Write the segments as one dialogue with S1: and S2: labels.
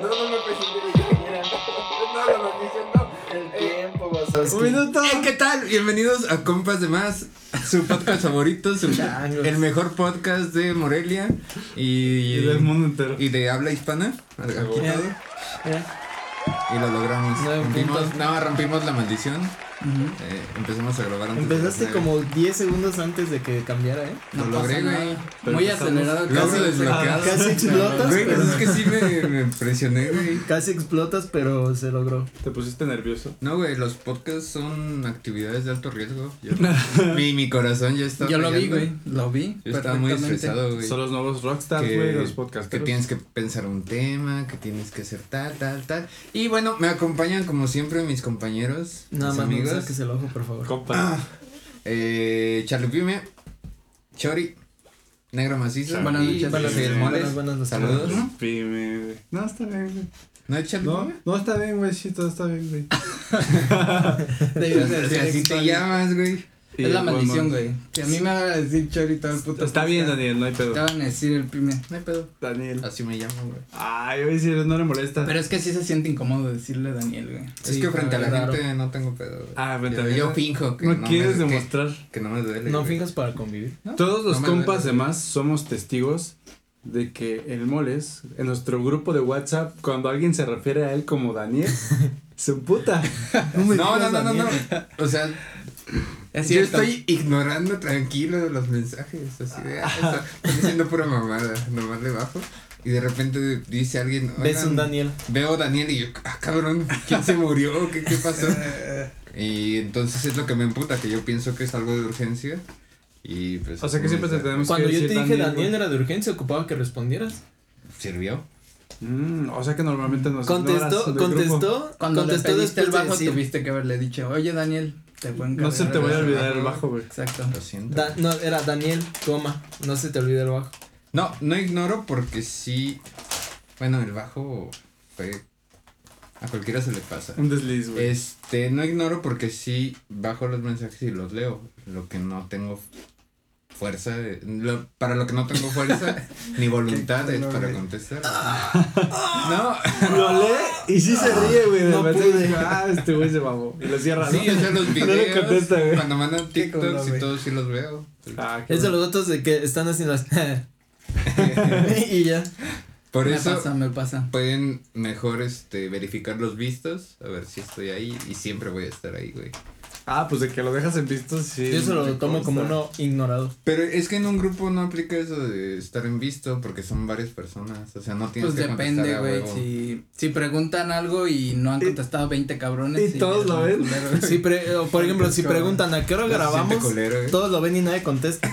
S1: no, no me presenté de ingeniera, no, no, la maldición, no.
S2: El
S1: Eh,
S2: tiempo, Wazowski.
S3: Un minuto.
S4: Hey, ¿Qué tal? Bienvenidos a Compas de Más, su podcast favorito, su-
S2: Changos.
S4: el mejor podcast de Morelia y,
S3: Y del mundo entero.
S4: y de habla hispana. Aquí
S2: Mira,
S4: todo.
S2: mira.
S4: Y lo logramos.
S2: Nueve
S4: Rompimos,
S2: puntos.
S4: no, rompimos la maldición.
S3: Ujú.
S4: Eh, empezamos a grabar antes. de las
S2: Empezaste
S4: nueve.
S2: como 10 segundos antes de que cambiara, ¿eh?
S4: Lo
S3: No pasa
S4: logré, güey.
S3: nada. Pero
S1: Muy
S3: empezamos.
S1: acelerado,
S4: Logro
S1: casi.
S4: desbloqueado.
S2: Casi explotas,
S4: Güey, pues
S2: pero-
S4: es que sí me, me impresioné, güey.
S2: Casi explotas, pero se logró.
S3: Te pusiste nervioso.
S4: No, güey, los podcasts son actividades de alto riesgo. Yo- mi, mi corazón ya está.
S1: Yo lo vi,
S4: fallando.
S1: güey, lo vi.
S4: Yo estaba muy
S1: perfectamente.
S4: estresado, güey.
S3: Son los nuevos rockstars,
S4: que-
S3: güey, los
S4: Que
S3: podcasteros.
S4: tienes que pensar un tema, que tienes que hacer tal, tal, tal. Y bueno, me acompañan como siempre mis compañeros,
S2: Nada
S4: mis
S2: más no
S4: amigos.
S2: saques el ojo, por favor.
S3: Compa.
S4: Ah, Eh, Charlupime, Chori, Negro Macizo.
S3: Buenas
S4: y
S3: noches,
S4: Soy el
S3: Charlupime.
S2: Buenas,
S4: Moles.
S2: buenas noches.
S4: Saludos. ¿No,
S3: Pime, güey. No, está bien, güey.
S4: es
S3: No,
S4: Charlupime?
S3: no está bien, güey. Sí, todo está bien, güey.
S2: Debes de
S4: Si
S2: decir
S4: así te
S2: Xbox.
S4: llamas, güey.
S3: Y
S1: Es la
S3: el
S1: maldición,
S3: Walmart.
S1: güey. Que a mí me van a decir chori todo el puto.
S3: Está bien,
S1: podcast.
S3: Daniel, no hay
S1: Te
S3: pedo.
S1: van a decir el pime.
S4: No hay pedo.
S3: Daniel.
S4: Así me llamo, güey.
S3: Ay, güey, si no le molesta.
S1: Pero es que sí se siente incómodo decirle Daniel, güey.
S4: es
S2: Sí,
S4: que frente a la
S2: está raro.
S4: gente no tengo pedo, güey.
S3: Ah, vente,
S4: yo,
S3: vente.
S4: yo finjo que
S3: no,
S4: no, me,
S3: quieres
S4: que-
S3: demostrar.
S4: Que, no me duele.
S2: No
S4: güey.
S2: finjas para convivir.
S3: Todos los
S4: No me
S3: compas
S4: duele.
S3: demás somos testigos de que el Moles, en nuestro grupo de WhatsApp, cuando alguien se refiere a él como Daniel, se puta.
S2: me
S4: No, no,
S2: digas,
S4: no, no, no.
S2: Daniel.
S4: O sea,
S1: Es
S4: yo
S1: cierto.
S4: estoy ignorando tranquilo los mensajes. Así de, ah, está, está diciendo pura mamada. Nomás le bajo. Y de repente dice alguien.
S2: Ves
S4: "Oigan,
S2: un Daniel.
S4: Veo a Daniel y yo, ah, cabrón, ¿quién se murió? ¿Qué, qué pasó? Y entonces es lo que me emputa, que yo pienso que es algo de urgencia. Y pues.
S3: O sea que siempre te
S4: tenemos
S3: tenemos
S2: Cuando
S3: que
S2: yo te
S3: decir
S2: dije Daniel
S3: güey.
S2: era de urgencia, ocupaba que respondieras.
S4: ¿Sirvió?
S3: Mm, o sea que normalmente nos ignoras
S2: Contestó,
S3: del grupo.
S2: contestó,
S1: Cuando le
S2: contestó
S1: pediste
S2: después
S1: el
S2: de
S1: bajo,
S2: decir.
S1: tuviste que haberle dicho, oye, Daniel, te pueden
S3: No se te
S1: voy
S3: vaya a
S4: el
S3: olvidar el
S4: bajo.
S3: bajo, güey.
S1: Exacto.
S4: Lo siento.
S2: Da- no, era Daniel, coma, no se te olvide el bajo.
S4: No, no ignoro porque sí. Bueno, el bajo fue. A cualquiera se le pasa.
S3: Un desliz, güey.
S4: Este, no ignoro porque sí bajo los mensajes y los leo. Lo que no tengo fuerza, de- lo- para lo que no tengo fuerza ni voluntad es
S1: color, Ah.
S4: para
S1: güey.
S4: contestar. no,
S3: Lo lee y sí se ríe, güey. de
S2: No
S3: repente
S2: pude.
S3: dijo, Ah, este güey se babó. Y lo cierra,
S4: sí,
S3: ¿no?
S4: o sea, los
S3: No le
S4: videos,
S3: contesta, güey.
S4: cuando mandan
S1: Qué color,
S4: TikToks y
S1: güey.
S4: todo, sí los veo.
S3: Ah, qué
S2: Es de
S3: bueno.
S2: los datos de que están haciendo las. y ya.
S4: Por
S1: me
S4: eso
S1: pasa, me pasa.
S4: pueden mejor, este, verificar los vistos, a ver si estoy ahí y siempre voy a estar ahí, güey.
S3: Ah, pues de que lo dejas en visto, sí.
S2: Yo eso
S3: te
S2: lo tomo como
S3: consta.
S2: uno ignorado.
S4: Pero es que en un grupo no aplica eso de estar en visto porque son varias personas, o sea, no tienes
S1: Pues
S4: que contestar
S1: depende,
S4: a
S1: güey.
S4: huevo.
S1: Si, si preguntan algo y no han
S3: Y-
S1: contestado 20 cabrones.
S3: y todos lo
S1: es
S3: ven.
S1: culero, güey.
S2: Sí, pre- o, por ejemplo, si preguntan a qué hora
S4: Se siente
S2: grabamos,
S4: culero, ¿eh? güey.
S2: todos lo ven y nadie contesta.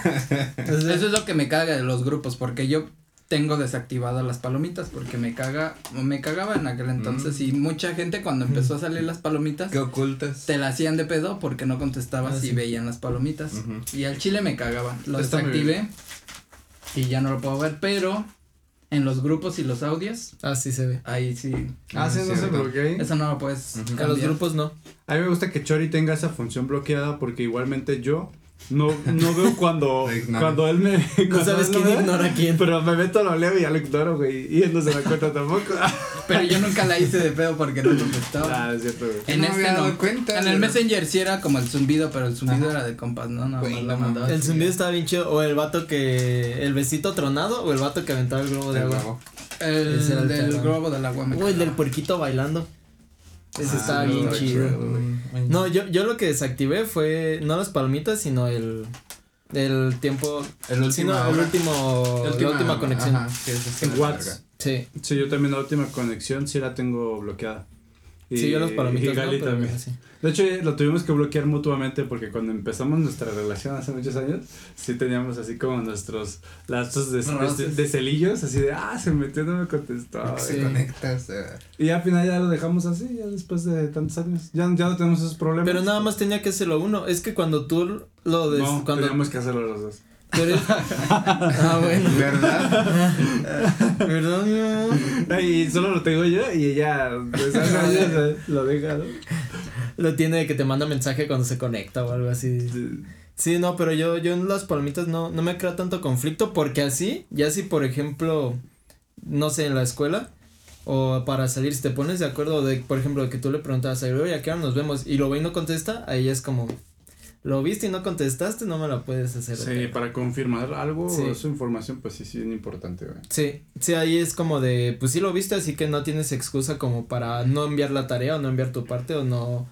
S2: Es de-
S1: Eso es lo que me caga de los grupos, porque yo tengo desactivadas las palomitas, porque me caga, me cagaba en aquel entonces, y mucha gente cuando empezó a salir las palomitas,
S4: ¿Qué ocultas?
S1: te la hacían de pedo porque no contestabas
S2: Ah,
S1: si
S2: sí.
S1: veían las palomitas.
S4: Ujú.
S1: Y al chile me cagaba, lo
S3: Está muy
S1: desactivé y ya no lo puedo ver, pero en los grupos y los audios,
S2: Ah, sí se ve.
S1: ahí sí,
S3: Ah, sí,
S4: Ah,
S3: no sé
S4: cierto.
S3: por qué.
S1: eso no lo puedes
S4: Ujú.
S2: A
S1: cambiar.
S2: los grupos no.
S3: A mí me gusta que Chori tenga esa función bloqueada porque igualmente yo no, no veo cuando,
S4: Lo ignoras.
S3: cuando él me...
S2: No
S3: cuando
S2: sabes
S3: él me
S2: quién
S3: ve,
S2: ignora a quién.
S3: Pero me meto, lo leo y ya lo ignoro, güey. Y él no se da cuenta tampoco.
S1: Pero yo nunca la hice de pedo porque no contestaba.
S3: ah, es cierto, güey.
S1: En
S4: No me
S1: este
S4: había dado
S1: no.
S4: cuenta,
S1: en el
S4: pero-
S1: Messenger sí era como el zumbido, pero el zumbido era de compas, ¿no? Nada
S4: Güey,
S1: más
S4: no
S1: lo
S4: mames.
S1: mandabas.
S2: El
S4: sí.
S2: zumbido estaba bien chido. O el vato que. El besito tronado o el vato que aventaba el globo de
S4: Del
S2: agua.
S4: huevo.
S1: El
S2: Ese era el
S1: del
S2: cabrón.
S1: globo del agua me
S2: O el del
S1: cagaba.
S2: puerquito bailando. Ese
S3: Ah,
S2: estaba
S3: lo
S2: bien chido.
S3: recuerdo.
S2: No, yo, yo lo que desactivé fue no las palmitas, sino el. El tiempo.
S4: el último.
S2: sino el último. la última conexión.
S3: En Whats.
S2: Sí.
S3: Sí, yo también la última conexión sí la tengo bloqueada. Y-
S2: sí, yo las
S3: y
S2: palomitas. no,
S3: Gali
S2: pero
S3: también.
S2: sí.
S3: De hecho, eh, lo tuvimos que bloquear mutuamente porque cuando empezamos nuestra relación hace muchos años, sí teníamos así como nuestros lazos de, de,
S1: Roces.
S3: de celillos, así de, ah, se metió, no me contestó.
S4: Se
S2: Sí.
S4: conectas. eh.
S3: Y al final ya lo dejamos así, ya después de tantos años. Ya, ya no tenemos esos problemas.
S2: Pero nada más tenía que hacerlo uno. Es que cuando tú lo des,
S3: No,
S2: cuando
S3: teníamos que hacerlo los dos.
S2: tú eres- Ah, bueno.
S4: ¿Verdad?
S2: Perdón, mi amor.
S3: Y solo lo tengo yo y ella desde hace años lo deja. ¿no?
S2: Lo tiene de que te manda mensaje cuando se conecta o algo así. Sí, no, pero yo, yo en las palomitas no, no me crea tanto conflicto porque así, ya si por ejemplo, no sé, en la escuela, o para salir, si te pones de acuerdo de, por ejemplo, que tú le preguntabas a oye, ¿a qué hora nos vemos? Y lo ve y no contesta, ahí es como, lo viste y no contestaste, no me la puedes hacer. de
S3: Sí,
S2: pedo".
S3: para confirmar algo
S2: Sí.
S3: o su información, pues sí, sí, es importante, güey.
S2: Sí, sí, ahí es como de, pues sí lo viste, así que no tienes excusa como para no enviar la tarea o no enviar tu parte o no,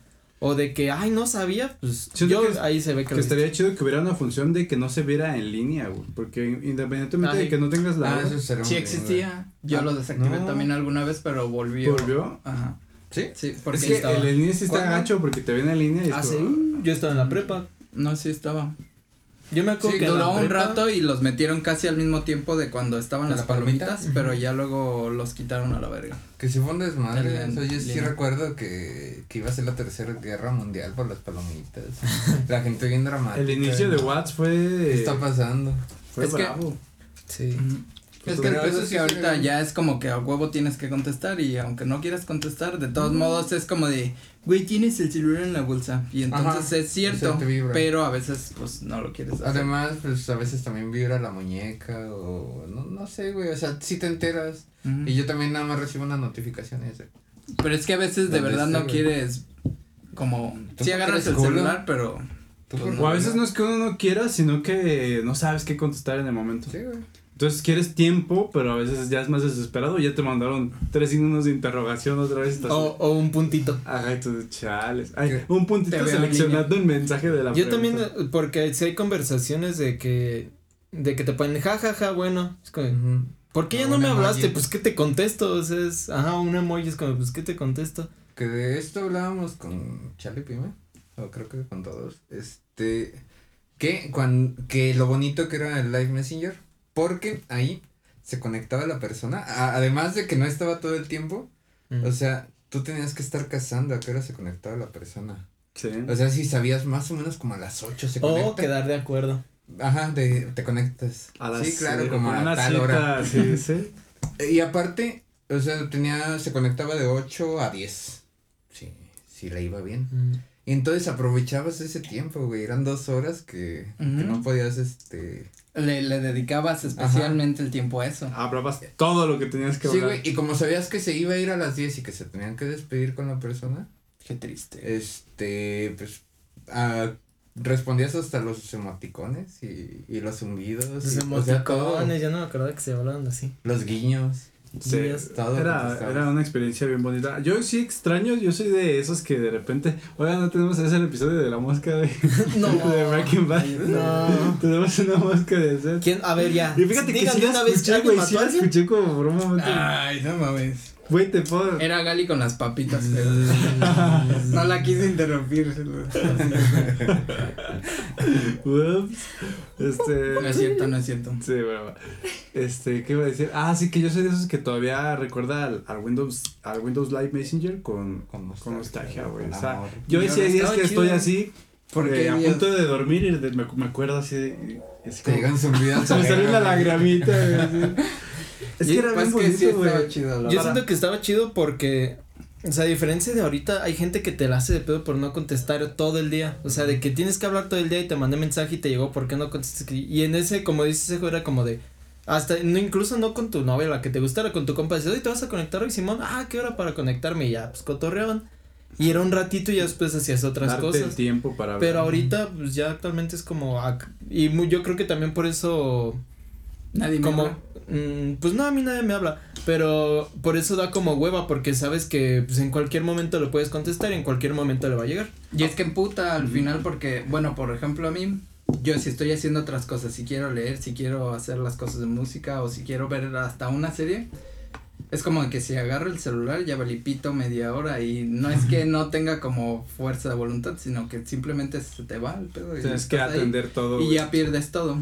S2: o de que, ay, no sabía, pues
S3: Siento
S2: yo
S3: que-
S2: ahí se ve que,
S3: Que
S2: lo viste.
S3: estaría chido que hubiera una función de que no se viera en línea, güey. Porque independientemente
S1: Ah,
S3: de
S1: sí.
S3: que no tengas la.
S4: Ah,
S3: hora,
S4: eso será
S1: Sí
S4: muy
S1: existía, yo
S3: Ah,
S1: lo desactivé
S4: no.
S1: también alguna vez, pero volvió.
S3: ¿Volvió?
S1: Ajá.
S4: ¿Sí?
S1: Sí, porque
S3: Es que
S1: estaba.
S3: el en línea sí está
S1: ¿Cuándo?
S3: gacho porque te ven en línea y es
S2: Ah,
S3: como,
S2: sí, yo estaba en la prepa.
S1: No, sí estaba.
S2: Yo me acuerdo
S1: Sí,
S2: que en la
S1: duró un
S2: prepa-
S1: rato y los metieron casi al mismo tiempo de cuando estaban
S4: ¿La
S1: las
S4: palomita?
S1: palomitas, pero ya luego los quitaron a la verga.
S4: Que si fue un desmadre. o
S1: Dale,
S4: sea, yo sí
S1: Lina.
S4: recuerdo que, que iba a ser la tercera guerra mundial por las palomitas. la gente bien dramática.
S3: El inicio de Watts fue.
S4: ¿Qué está pasando?
S3: fue
S1: Es que-
S3: bravo.
S2: Sí.
S1: Es que el
S4: Pero
S1: peso
S4: Pues eso
S1: es
S4: sí
S1: que ahorita
S4: se-
S1: ya es como que a huevo tienes que contestar y aunque no quieras contestar, de todos modos es como de, güey, tienes el celular en la bolsa y entonces
S4: Ajá,
S1: es cierto,
S4: o sea, te vibra.
S1: pero a veces pues no lo quieres hacer.
S4: Además, pues a veces también vibra la muñeca o no, no sé, güey. O sea, si te enteras.
S3: Mm.
S1: Ujú.
S4: Y yo también nada más recibo una notificación y dice,
S1: Pero es que a veces
S4: ¿Dónde
S1: de verdad
S4: está,
S1: no
S4: güey?
S1: quieres como,
S4: ¿Tú
S1: si
S4: no
S1: agarras
S4: quieres
S1: el
S4: culo?
S1: celular, pero
S4: ¿tú
S1: Pues
S4: por
S3: O a
S4: qué?
S3: veces no es que uno no quiera, sino que no sabes qué contestar en el momento.
S4: Sí, güey.
S3: Entonces quieres tiempo, pero a veces ya es más desesperado. Ya te mandaron tres signos de interrogación otra vez. y Estás...
S4: Oh.
S2: O, o un puntito.
S3: Ajá, y tú, chales. Ay,
S4: ¿Qué?
S3: un
S1: Te
S3: puntito
S1: veo en
S3: seleccionando el mensaje de la
S2: Yo también,
S3: pregunta.
S2: eh, porque si hay conversaciones de que, de que te ponen, ja, ja, ja, bueno, es como,
S4: Ujú.
S2: ¿por qué ya
S4: O
S2: no
S4: Ah, un
S2: me hablaste?
S4: emoji.
S2: Pues, ¿qué te contesto? O sea, es, ajá, un emoji es como, pues, ¿qué te contesto?
S4: Que de esto hablábamos con Charlie Pime, o creo que con todos, este, que, cuan, que lo bonito que era el Live Messenger, porque ahí se conectaba la persona, a- además de que no estaba todo el tiempo,
S2: Mm.
S4: o sea, tú tenías que estar cazando a qué hora se conectaba la persona.
S3: Sí.
S4: O sea, si sabías más o menos como a las 8 se
S3: Oh,
S2: o
S4: conecta.
S2: quedar de acuerdo.
S4: Ajá, de, te conectas.
S3: A las,
S4: sí, claro,
S3: eh,
S4: como a
S3: una
S4: tal
S3: cita,
S4: hora.
S3: Sí, sí.
S4: Y aparte, o sea, tenía, se conectaba de 8 a 10. Sí, sí le iba bien.
S2: Mm.
S4: Y entonces aprovechabas ese tiempo, güey. Eran dos horas que, que
S1: Ujú.
S4: no podías, este.
S1: le, le dedicabas especialmente el tiempo a eso.
S3: Hablabas todo lo que tenías que
S4: Sí,
S3: hablar.
S4: güey. Y como sabías que se iba a ir a las 10 y que se tenían que despedir con la persona,
S1: Qué triste.
S4: este, pues. ah, respondías hasta los emoticones y, y los zumbidos.
S2: Los
S4: y, o sea, todo.
S2: emoticones, ya no me acordaba que se hablaban así.
S4: los guiños.
S3: Sí,
S2: Días.
S4: Todo
S3: era,
S4: contestabas.
S3: era una experiencia bien bonita. Yo sí extraño, yo soy de esos que de repente, oiga, no tenemos ese episodio de la mosca de, de Breaking Bad.
S2: No.
S3: tenemos una mosca de hacer.
S2: ¿Quién? A ver, ya.
S3: Y fíjate que
S2: Digan
S3: sí
S2: de
S3: la
S2: una vez,
S3: escuché,
S2: ¿alguien
S3: güey, sí
S2: mató a
S3: la
S2: alguien? Ah.
S3: escuché como por un momento.
S1: Ay, no mames.
S3: Güey, te puedo...
S2: Eh.
S1: Era Gali con las papitas, pero no la quise interrumpir.
S3: Ups. Este...
S1: No es cierto, no es cierto.
S3: Sí, bueno, Este, ¿qué iba a decir? Ah, sí, que yo soy de esos que todavía recuerda al, al Windows al Windows Live Messenger con,
S4: Con
S3: con nostalgia, güey.
S4: con
S3: O sea,
S4: amor.
S3: yo
S1: Yo
S3: sí
S1: no
S3: hay días
S1: estaba
S3: que
S1: chido.
S3: estoy así, porque
S1: Porque
S3: a punto de dormir y de- me, me acuerdo así de... y así
S4: Te
S3: como-
S4: llegan zumbidos.
S3: se me salió la
S4: güey.
S3: lagramita, güey. así. Es que
S1: Y-
S3: era
S1: pues
S3: bien
S1: que sí
S3: bonito,
S1: estaba
S3: güey.
S1: chido, la
S2: Yo
S1: verdad.
S2: siento que estaba chido porque, o sea, a diferencia de ahorita, hay gente que te la hace de pedo por no contestar todo el día. O sea, de que tienes que hablar todo el día y te mandé mensaje y te llegó, ¿por qué no contestas? Y en ese, como dices, ese era como de, hasta, no, incluso no con tu novia, la que te gustara, con tu compa, dices, hoy te vas a conectar hoy, Simón, ah, ¿qué hora para conectarme? Y ya, pues cotorreaban. Y era un ratito y ya después hacías otras
S3: Darte el
S2: cosas.
S3: tiempo para...
S2: Pero ahorita, pues ya actualmente es como, ah, y muy- yo creo que también por eso
S1: Nadie me
S2: como
S1: habla.
S2: mm, pues no a mí nadie me habla pero por eso da como hueva porque sabes que pues en cualquier momento lo puedes contestar y en cualquier momento le va a llegar
S1: Y es que emputa al final porque, bueno, por ejemplo, a mí, yo si estoy haciendo otras cosas, si quiero leer, si quiero hacer las cosas de música o si quiero ver hasta una serie, es como que si agarro el celular ya valipito media hora y no es que no tenga como fuerza de voluntad, sino que simplemente se te va el pedo. y
S3: Tienes que
S1: estás ahí,
S3: atender todo.
S1: Y
S3: güey.
S1: ya pierdes todo.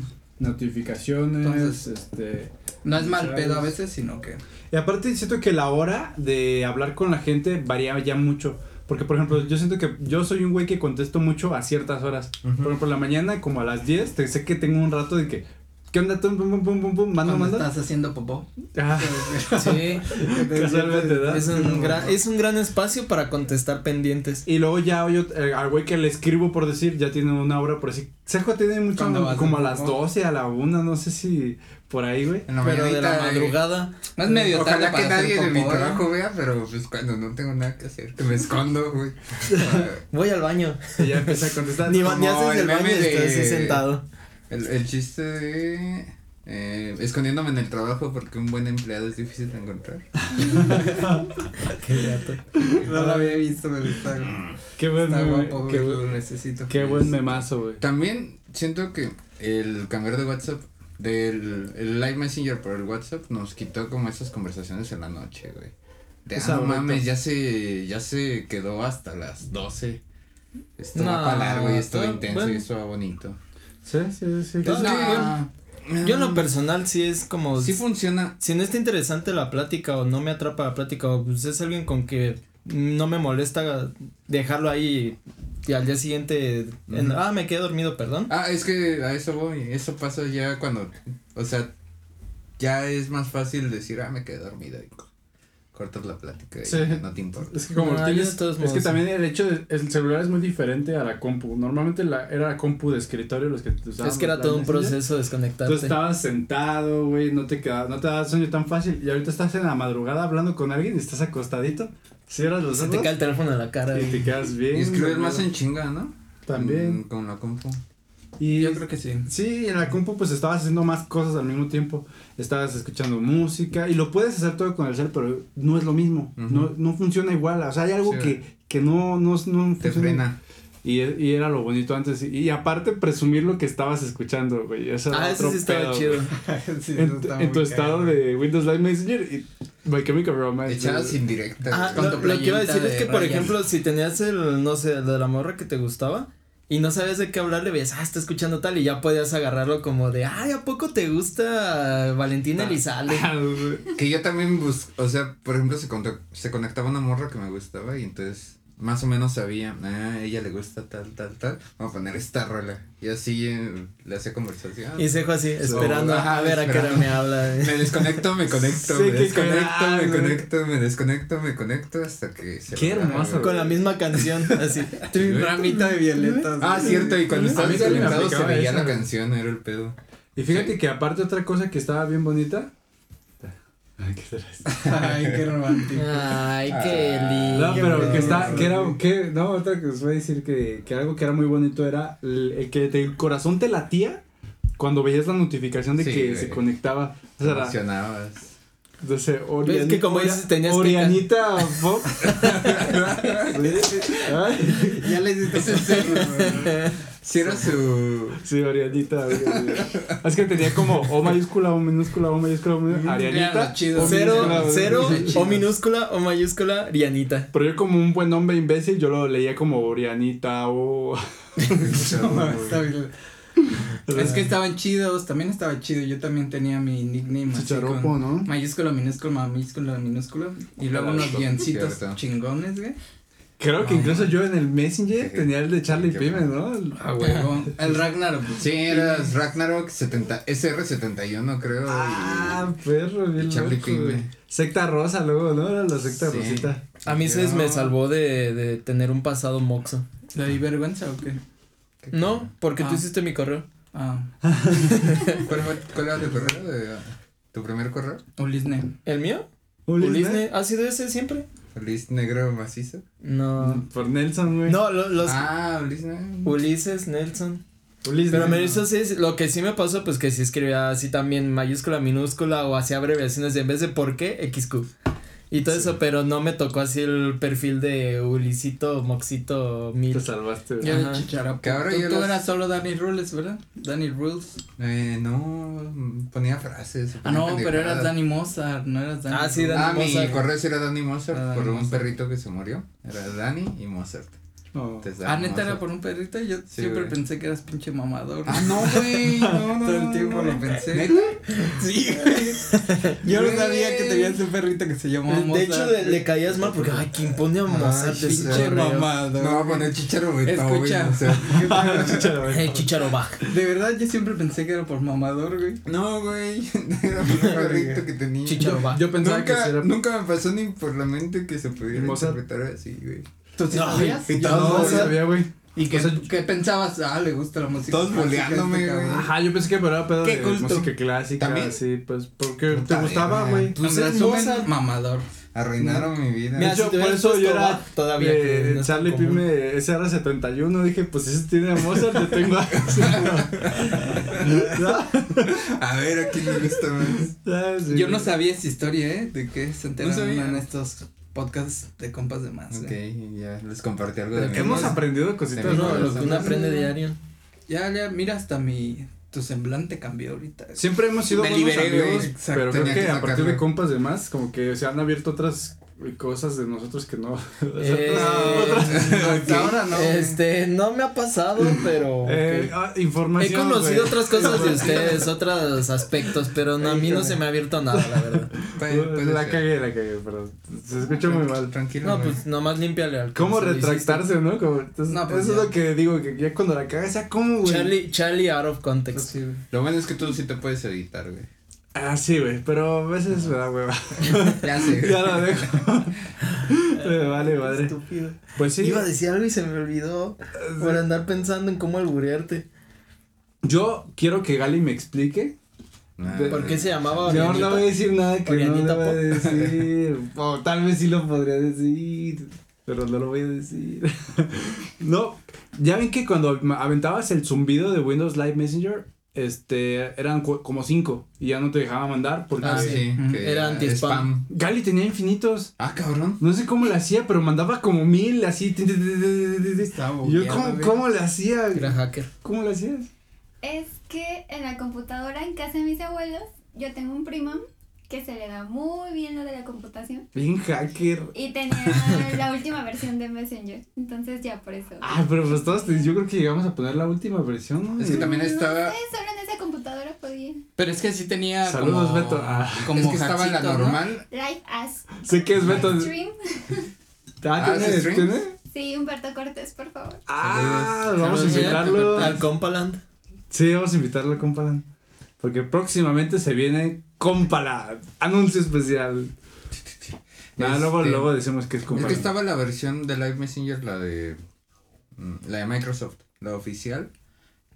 S3: Notificaciones,
S1: Entonces-
S3: este...
S1: No es mal
S3: ¿Sabes?
S1: pedo a veces, sino que...
S3: Y aparte siento que la hora de hablar con la gente varía ya mucho. Porque, por ejemplo, yo siento que yo soy un güey que contesto mucho a ciertas horas.
S4: Ujú.
S3: Por ejemplo, en la mañana, como a las 10, te, sé que tengo un rato de que ¿Qué onda? Tum, pum, pum, pum, pum, pum, mando,
S1: Cuando
S3: mando.
S1: estás haciendo popó.
S3: Ah,
S2: Sí,
S3: casualmente, ¿verdad?
S2: es un, gran, es un gran espacio para contestar pendientes.
S3: Y luego ya yo, eh, al güey que le escribo por decir, ya tiene una hora por decir. Sejo tiene mucho,
S1: ¿Cuándo vas
S3: como a
S1: a-
S3: las 12, a la 1, no sé si por ahí, güey.
S4: En la
S2: Pero de la
S4: mañanita, eh,
S2: madrugada.
S1: No es medio tarde
S4: Ojalá que
S1: para
S4: nadie de
S1: hacer
S4: mi
S1: popó, ¿eh?
S4: trabajo vea, pero pues cuando no tengo nada que hacer, que me escondo, güey. Ah,
S2: Voy al baño.
S3: Y ya empieza a contestar.
S2: Ni, va- ni
S4: como
S2: haces
S4: el
S2: el baño
S4: meme
S2: y estás
S4: de-
S2: así sentado.
S4: el, el chiste de eh, escondiéndome en el trabajo porque un buen empleado es difícil de encontrar.
S2: Qué gato.
S1: No lo había visto, pero está,
S3: Mm. Qué buen,
S1: está
S3: meme,
S1: guapo,
S3: qué,
S1: güey,
S3: buen-
S1: lo necesito.
S3: qué buen memazo, güey.
S4: También siento que el cambiar de WhatsApp, del el Live Messenger por el WhatsApp, nos quitó como esas conversaciones en la noche, güey. De,
S3: Es
S4: ah, no
S3: ahorita.
S4: mames, ya se, ya se quedó hasta las 12. Esto va
S2: No,
S4: para largo y esto
S2: todo-
S4: intenso
S2: bueno.
S4: y esto va bonito.
S3: Sí, sí, sí.
S2: Pues
S3: sí.
S2: no, Yo en lo
S4: perdí.
S2: personal sí es como...
S4: Sí funciona.
S2: si no está interesante la plática o no me atrapa la plática o pues es alguien con que no me molesta dejarlo ahí y al día siguiente en-
S4: Ujú.
S2: ah me quedé dormido perdón
S4: Ah, es que a eso voy. Eso pasa ya cuando, o sea, ya es más fácil decir, ah, me quedé dormido y co- cortas la plática y
S3: Sí.
S4: no te importa.
S3: Es que como
S2: No, yo
S3: tienes-
S2: de todos
S3: es
S2: modos,
S3: que
S2: sí.
S3: también el hecho de, el celular es muy diferente a la compu. Normalmente la, era la compu de escritorio los que usábamos.
S2: es que era
S3: Ah, la
S2: todo un
S3: Messenger.
S2: proceso
S3: Tú
S2: desconectarte
S3: estabas sentado, güey, no te quedaba, no te daba sueño tan fácil. Y ahorita estás en la madrugada hablando con alguien y estás acostadito, cierras los
S2: se te
S3: ojos
S2: cae el teléfono en la cara
S3: y te quedas bien.
S4: Y escribes más
S3: güey.
S4: en chinga, ¿no?
S3: También.
S4: Mm, Con la compu.
S3: Y
S1: Yo creo que sí.
S3: Sí, en la compu pues estabas haciendo más cosas al mismo tiempo. Estabas escuchando música y lo puedes hacer todo con el cel, pero no es lo mismo.
S4: Ujú.
S3: no, no funciona igual. O sea, hay algo
S4: Sí,
S3: que, que no, no, no
S4: Te
S3: funciona.
S4: frena.
S3: Y, e- y era lo bonito antes. Y, y aparte presumir lo que estabas escuchando, güey. Eso era
S2: ah eso
S3: otro
S2: sí estaba
S3: pedo,
S2: chido
S3: güey.
S1: Sí,
S3: En,
S1: eso
S3: tu-
S1: está
S3: en
S1: muy
S3: tu estado
S1: cagado.
S3: de Windows Live Messenger y My Chemical Romance.
S4: Echadas
S3: güey.
S4: indirectas.
S2: Ah,
S1: con
S2: lo,
S1: tu
S2: lo que iba a
S1: playerita
S2: decir es
S1: de
S2: que, por
S1: rayas.
S2: ejemplo, si tenías el, no sé, el de la morra que te gustaba y no sabías de qué hablar, le veías, ah, está escuchando tal, y ya podías agarrarlo como de, ay, ¿a poco te gusta Valentina
S3: Ah.
S2: Elizalde?
S3: Ah, güey.
S4: Que yo también busco, o sea, por ejemplo, se, conto- se conectaba una morra que me gustaba y entonces más o menos sabía, ah, a ella le gusta tal, tal, tal, vamos a poner esta rola. Y así eh, le hacía conversación.
S2: Y se fue así, esperando
S4: ajá,
S2: a ver a qué hora
S4: esperando.
S2: me habla.
S4: Me desconecto, me conecto,
S3: Sí,
S4: me
S3: qué
S4: desconecto,
S3: cagado,
S4: me
S3: güey.
S4: conecto, me desconecto, me conecto hasta que se
S3: Qué
S4: logra,
S3: hermoso,
S4: güey.
S2: Con la misma canción, así.
S1: Un ramito de violetas.
S4: Ah,
S1: güey.
S4: cierto, y cuando
S3: A
S4: estaba
S3: mí también me
S4: desconectado se
S3: aplicaba
S4: veía
S3: esa,
S4: la
S3: güey.
S4: canción, era el pedo.
S3: Y fíjate
S4: Sí.
S3: que aparte otra cosa que estaba bien bonita. Ay, qué triste.
S1: Ay, qué romántico.
S2: Ay, qué lindo.
S3: No, pero que está,
S1: no,
S3: que era,
S1: no.
S3: que, no, otra que os voy a decir que, que algo que era muy bonito era el, el que te- el corazón te latía cuando veías la notificación de
S4: Sí,
S3: que
S4: güey.
S3: se conectaba. O
S4: Te
S3: sea, era-
S4: emocionabas.
S3: entonces,
S2: Pero es que como
S3: Orian-
S2: dices, tenías que-
S3: Orianita Fox. Ay,
S1: Ya le hiciste
S4: ¿Es en serio? Si era su...
S3: sí, Orianita. Orianita. Es que tenía como O mayúscula, O minúscula, O mayúscula, O minúscula.
S1: Era
S3: Arianita.
S1: lo chido.
S3: O minúscula,
S2: Cero,
S3: O
S2: cero,
S3: minúscula.
S2: o minúscula o mayúscula, Rianita.
S3: Pero yo como un buen hombre imbécil, yo lo leía como Orianita o...
S1: Es que estaban chidos, también estaba chido. Yo también tenía mi nickname así
S3: Chicharopo,
S1: con
S3: ¿no?
S1: mayúscula, minúscula, minúscula, minúscula. Y luego
S4: Claro,
S1: unos
S4: esto,
S1: guioncitos
S4: cierto.
S1: chingones, güey.
S3: Creo que
S1: Ah.
S3: incluso yo en el Messenger
S4: Sí.
S3: tenía el de Charlie
S4: Qué Ah,
S3: Pime, ¿no?
S1: A huevo. El Ragnarok. pues.
S4: Sí, eras Ragnarok 70, SR71 creo. y-
S3: Ah, perro, bien
S4: Charlie
S3: loco,
S4: Pime.
S3: güey. Secta rosa luego, ¿no? Era la secta
S4: Sí.
S3: rosita.
S2: A mí se
S4: Yo-
S2: me salvó de, de tener un pasado moxo.
S1: ¿Le di vergüenza o qué?
S2: No, porque tú
S1: Ah.
S2: hiciste mi correo.
S1: Ah,
S4: ¿Cuál, fue- cuál era tu correo? de- ¿Tu primer correo?
S1: Ulisne.
S2: ¿El mío? Ah,
S3: ¿Ulis,
S2: ¿Ulisne? ¿Ha sido ese siempre?
S4: ¿Ulis negro macizo?
S2: No.
S3: ¿no? Por Nelson, güey.
S2: No, lo- los
S4: ah, Ulis negro.
S2: Ulises, Nelson.
S3: Ulis
S2: Pero
S3: Nelson.
S2: me hizo así, lo que sí me pasó, pues que sí escribía así también mayúscula, minúscula o hacía abreviaciones de en vez de por qué, XQ. Y todo eso, pero no me tocó así el perfil de Ulisito, Moxito,
S3: Te
S2: Mil.
S3: salvaste, güey.
S1: Yo de
S2: Ajá.
S1: Chicharapo.
S4: Que ahora
S1: tú,
S4: yo
S1: tú
S4: los-
S1: eras solo Danny Rules, ¿verdad? Danny Rules.
S4: Eh, no, ponía frases.
S1: Ah,
S4: ponía
S1: no, pero
S4: pendejadas.
S1: eras Danny Mozart, no eras Danny
S2: Ah, sí,
S1: Rules.
S2: Danny
S4: Ah, mi
S2: Mozart.
S4: correo sí era Danny Mozart
S1: Ah, Danny
S4: por un
S1: Mozart.
S4: perrito que se murió. Era Danny y Mozart.
S3: No.
S4: Te da
S1: Ah, neta
S4: mazo.
S1: era por un perrito. Yo
S4: Sí,
S1: siempre
S4: güey.
S1: pensé que eras pinche mamador.
S4: Ah, no, güey. No, no,
S1: Todo el
S4: no,
S1: tiempo
S4: no,
S1: lo
S4: no.
S1: pensé.
S4: ¿Neta?
S1: Sí, güey. Yo no
S4: Güey.
S1: sabía que tenías un perrito que se llamaba
S2: De- De hecho,
S1: Mozart,
S2: le,
S1: güey.
S2: le caías mal porque, ay, ¿quién pone a Mozart? de su
S1: Pinche
S2: correo?
S1: mamador.
S4: No, bueno, el chicharo güey. está, güey,
S1: Escucha.
S4: o sea.
S3: Ah,
S2: Eh, Chicharo Bach.
S1: De verdad, yo siempre pensé que era por mamador, güey.
S4: No, güey. Era un perrito que tenía.
S2: Chicharo Bach.
S3: Yo pensaba
S4: nunca,
S3: que sí era.
S4: nunca me pasó ni por la mente que se pudiera
S3: ¿Y Mozart?
S4: interpretar así, güey.
S1: ¿Tú sí
S2: No,
S1: sabías?
S4: y
S1: Yo
S4: todos-
S1: no
S3: No, no
S1: sabía.
S3: sabía, güey.
S1: ¿Y qué,
S3: o sea,
S1: qué pensabas? Ah, le gusta la música.
S4: Todos
S1: clásica a este
S4: boleándome,
S1: cabrón.
S4: güey.
S3: Ajá, yo pensé que era pedo
S1: Qué
S3: de
S1: culto.
S3: música clásica,
S4: ¿También?
S3: sí, pues porque te
S4: Puta
S3: gustaba,
S4: verga.
S3: güey.
S2: Pues
S1: en
S2: es
S1: resumen,
S2: Mozart.
S1: mamador.
S4: Arruinaron mi vida.
S2: Mira,
S3: de hecho,
S2: si te
S3: por
S2: hubieras
S3: eso yo
S2: puesto
S3: era
S2: Bach todavía, que
S3: eh,
S2: no es tan
S3: Charlie
S2: común.
S3: Pime SR71, dije, pues ese tiene a Mozart, yo tengo a...
S4: A ver, ¿a quién le gusta más?
S3: Ah,
S1: Yo no sabía esa historia, ¿eh? De que se enteraron
S4: sabía.
S1: en estos podcasts de compas de más. ¿eh? güey.
S4: ok, ya les compartí algo de
S3: Pero
S4: mí.
S3: que Hemos aprendido cositas.
S4: Pero
S2: Uno,
S4: no,
S2: lo que uno aprende diario.
S1: Ya, ya, mira, hasta mi. Tu semblante cambió ahorita. güey.
S3: Siempre hemos sido
S4: Me
S3: buenos
S4: liberé, güey.
S3: amigos,
S4: Exacto,
S3: pero creo
S4: tenía
S3: que,
S4: que
S3: a partir de
S4: sacarlo.
S3: compas de más, como que se han abierto otras cosas de nosotros que no.
S2: Eh,
S1: Hasta ahora no. güey.
S2: Este, no me ha pasado, pero.
S3: Eh, ah,
S2: He
S3: información.
S2: conocido
S3: güey.
S2: otras cosas de ustedes, otros aspectos, pero no, a mí no se me ha abierto nada, la verdad.
S3: pues, La cagué, la cagué, pero se escucha muy mal.
S4: Tranquilo.
S2: No,
S4: güey.
S2: pues nomás límpiale al.
S3: ¿Cómo
S2: se lo
S3: retractarse, no? Como, entonces,
S1: No, pues
S3: eso
S1: ya.
S3: es lo que digo, que ya cuando la cagas, ya como,
S2: hiciste.
S3: güey.
S2: Charlie, Charlie out of
S4: pues
S2: context.
S1: Sí, güey.
S4: Lo bueno es que tú sí te puedes editar, güey.
S3: Ah, sí, güey, pero a veces me da hueva.
S4: Ya sé. güey.
S3: ya lo dejo. me vale, madre.
S2: Estúpido.
S3: Pues sí.
S2: Iba a decir algo y se me olvidó por andar pensando en cómo alburearte.
S3: Yo quiero que Gali me explique.
S4: Nah,
S3: ¿Por
S2: ¿Por qué se llamaba
S3: Yo
S2: Orianita?
S3: no voy a decir nada que no
S2: Orianita
S3: le voy a
S2: Pop.
S3: decir. o tal vez sí lo podría decir, pero no lo voy a decir. no, ya ven que cuando ma- aventabas el zumbido de Windows Live Messenger, este, eran cu- como cinco y ya no te dejaba mandar porque
S2: Ah, sí.
S4: que
S2: Era anti-spam.
S4: spam.
S3: Gali tenía infinitos.
S4: Ah, cabrón.
S3: No sé cómo le hacía, pero mandaba como mil así. tin, tin, tin, tin, tin, tin.
S1: Estaba
S3: Y yo,
S1: bugueado,
S3: ¿cómo,
S1: güey.
S3: ¿cómo le hacía?
S2: Era hacker.
S3: ¿Cómo le hacías?
S5: Es que en la computadora en casa de mis abuelos, yo tengo un primo que se le da muy bien lo de la computación
S3: Bien hacker.
S5: y tenía la última versión de Messenger. Entonces ya por eso.
S3: Ah, pero pues todos, te- yo creo que llegamos a poner la última versión, ¿no?
S4: Es que también
S5: No
S4: estaba.
S5: sé, solo en esa computadora podía.
S1: Pero es que sí tenía.
S3: Saludos,
S1: como,
S3: Beto. Ah.
S1: Como
S4: es que estaba en la
S1: hackcito, ¿no?
S4: normal.
S5: Live as
S3: Sé que es Beto.
S5: stream.
S3: Ah,
S4: Ah,
S3: ¿tiene,
S4: ¿es stream?
S3: tiene?
S5: Sí, Humberto Cortés, por favor.
S3: Ah,
S1: Saludos.
S3: vamos a
S1: Saludos,
S3: invitarlo.
S2: Al Compaland.
S3: Sí, vamos a invitarlo, compadre. Porque próximamente se viene Compala. Anuncio especial. Nada, luego,
S4: Este,
S3: luego decimos que es
S4: Es
S3: Compala.
S4: que estaba la versión de Live Messenger, la de. mm, La de Microsoft, la oficial.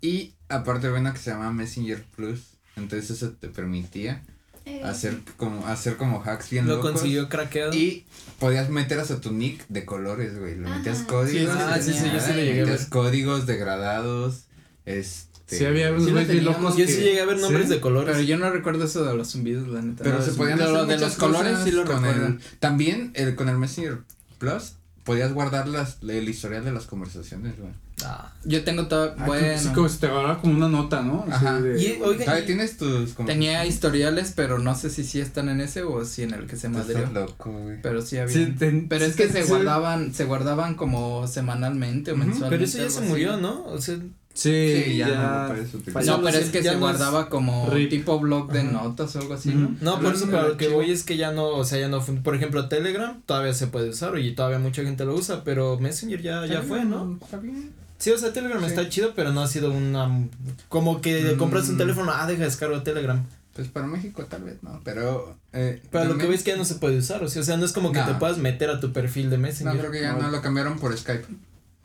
S4: Y aparte había una que se llama Messenger Plus. Entonces eso te permitía
S5: Eh,
S4: hacer como, hacer como hacks bien
S2: Lo
S4: locos.
S2: consiguió craqueado.
S4: Y podías meter hasta tu nick de colores, güey. Le metías
S5: Ajá.
S4: códigos.
S1: Sí, ah, sí, sí, yo sí
S2: lo llegué a
S4: Metías
S2: ver.
S4: códigos degradados. Este.
S3: Sí, había unos
S1: Sí, lo
S3: güeyes bien
S1: teníamos.
S3: locos.
S2: Yo
S3: que-
S2: sí llegué a ver nombres
S3: ¿Sí?
S2: de colores.
S1: Pero yo no recuerdo eso de los zumbidos, la neta.
S4: Pero
S1: No,
S4: se
S1: sí.
S4: podían
S1: Pero
S4: hacer
S1: lo de
S4: muchas
S1: los colores
S4: cosas
S1: sí lo
S4: con
S1: recuerdo.
S4: el- también el, con el Messenger Plus podías guardar las, el historial de las conversaciones, güey.
S2: Ah.
S1: Yo tengo todo.
S3: Ah,
S1: bueno.
S3: Sí, como si te agarraba como una nota, ¿no? Así
S4: Ajá.
S3: de-
S2: Y, oiga,
S4: ¿Todavía
S2: y-
S4: tienes tus conversaciones?
S1: Tenía historiales, pero no sé si sí están en ese o si en el que se madrió.
S4: Estás loco, güey.
S1: Pero sí había.
S3: Sí, ten-
S1: pero es
S3: sí,
S1: que
S3: ten-
S1: se
S3: sí.
S1: guardaban, se guardaban como semanalmente o
S4: Ujú,
S1: mensualmente.
S2: pero eso ya
S1: algo
S2: se
S1: así.
S2: murió, ¿no? O sea,
S3: Sí,
S4: Sí,
S3: ya.
S4: ya no lo puedes utilizar.
S3: Falló.
S1: Pues No, pero es que
S2: Ya
S1: se
S2: no es-
S1: guardaba como
S3: Rip.
S1: tipo blog de
S4: Ajá.
S1: notas o algo así,
S3: Ujú.
S1: ¿no?
S2: No, por eso, pero
S4: Hablando del
S2: lo que
S4: archivo.
S2: voy es que ya no, o sea, ya no fun- Por ejemplo, Telegram todavía se puede usar y todavía mucha gente lo usa, pero Messenger ya, ya fue, ¿no?
S4: Está bien.
S2: Sí, o sea, Telegram
S4: Sí.
S2: está chido, pero no ha sido una. Como que
S4: Mm.
S2: compras un teléfono, ah, deja descargo Telegram.
S4: Pues para México tal vez no, pero. Eh,
S2: Pero lo que
S4: también-
S2: ves que ya no se puede usar, o sea, o sea, no es como que
S4: No.
S2: te puedas meter a tu perfil de
S4: No,
S2: Messenger.
S4: creo que ya
S3: No.
S4: no lo cambiaron por Skype.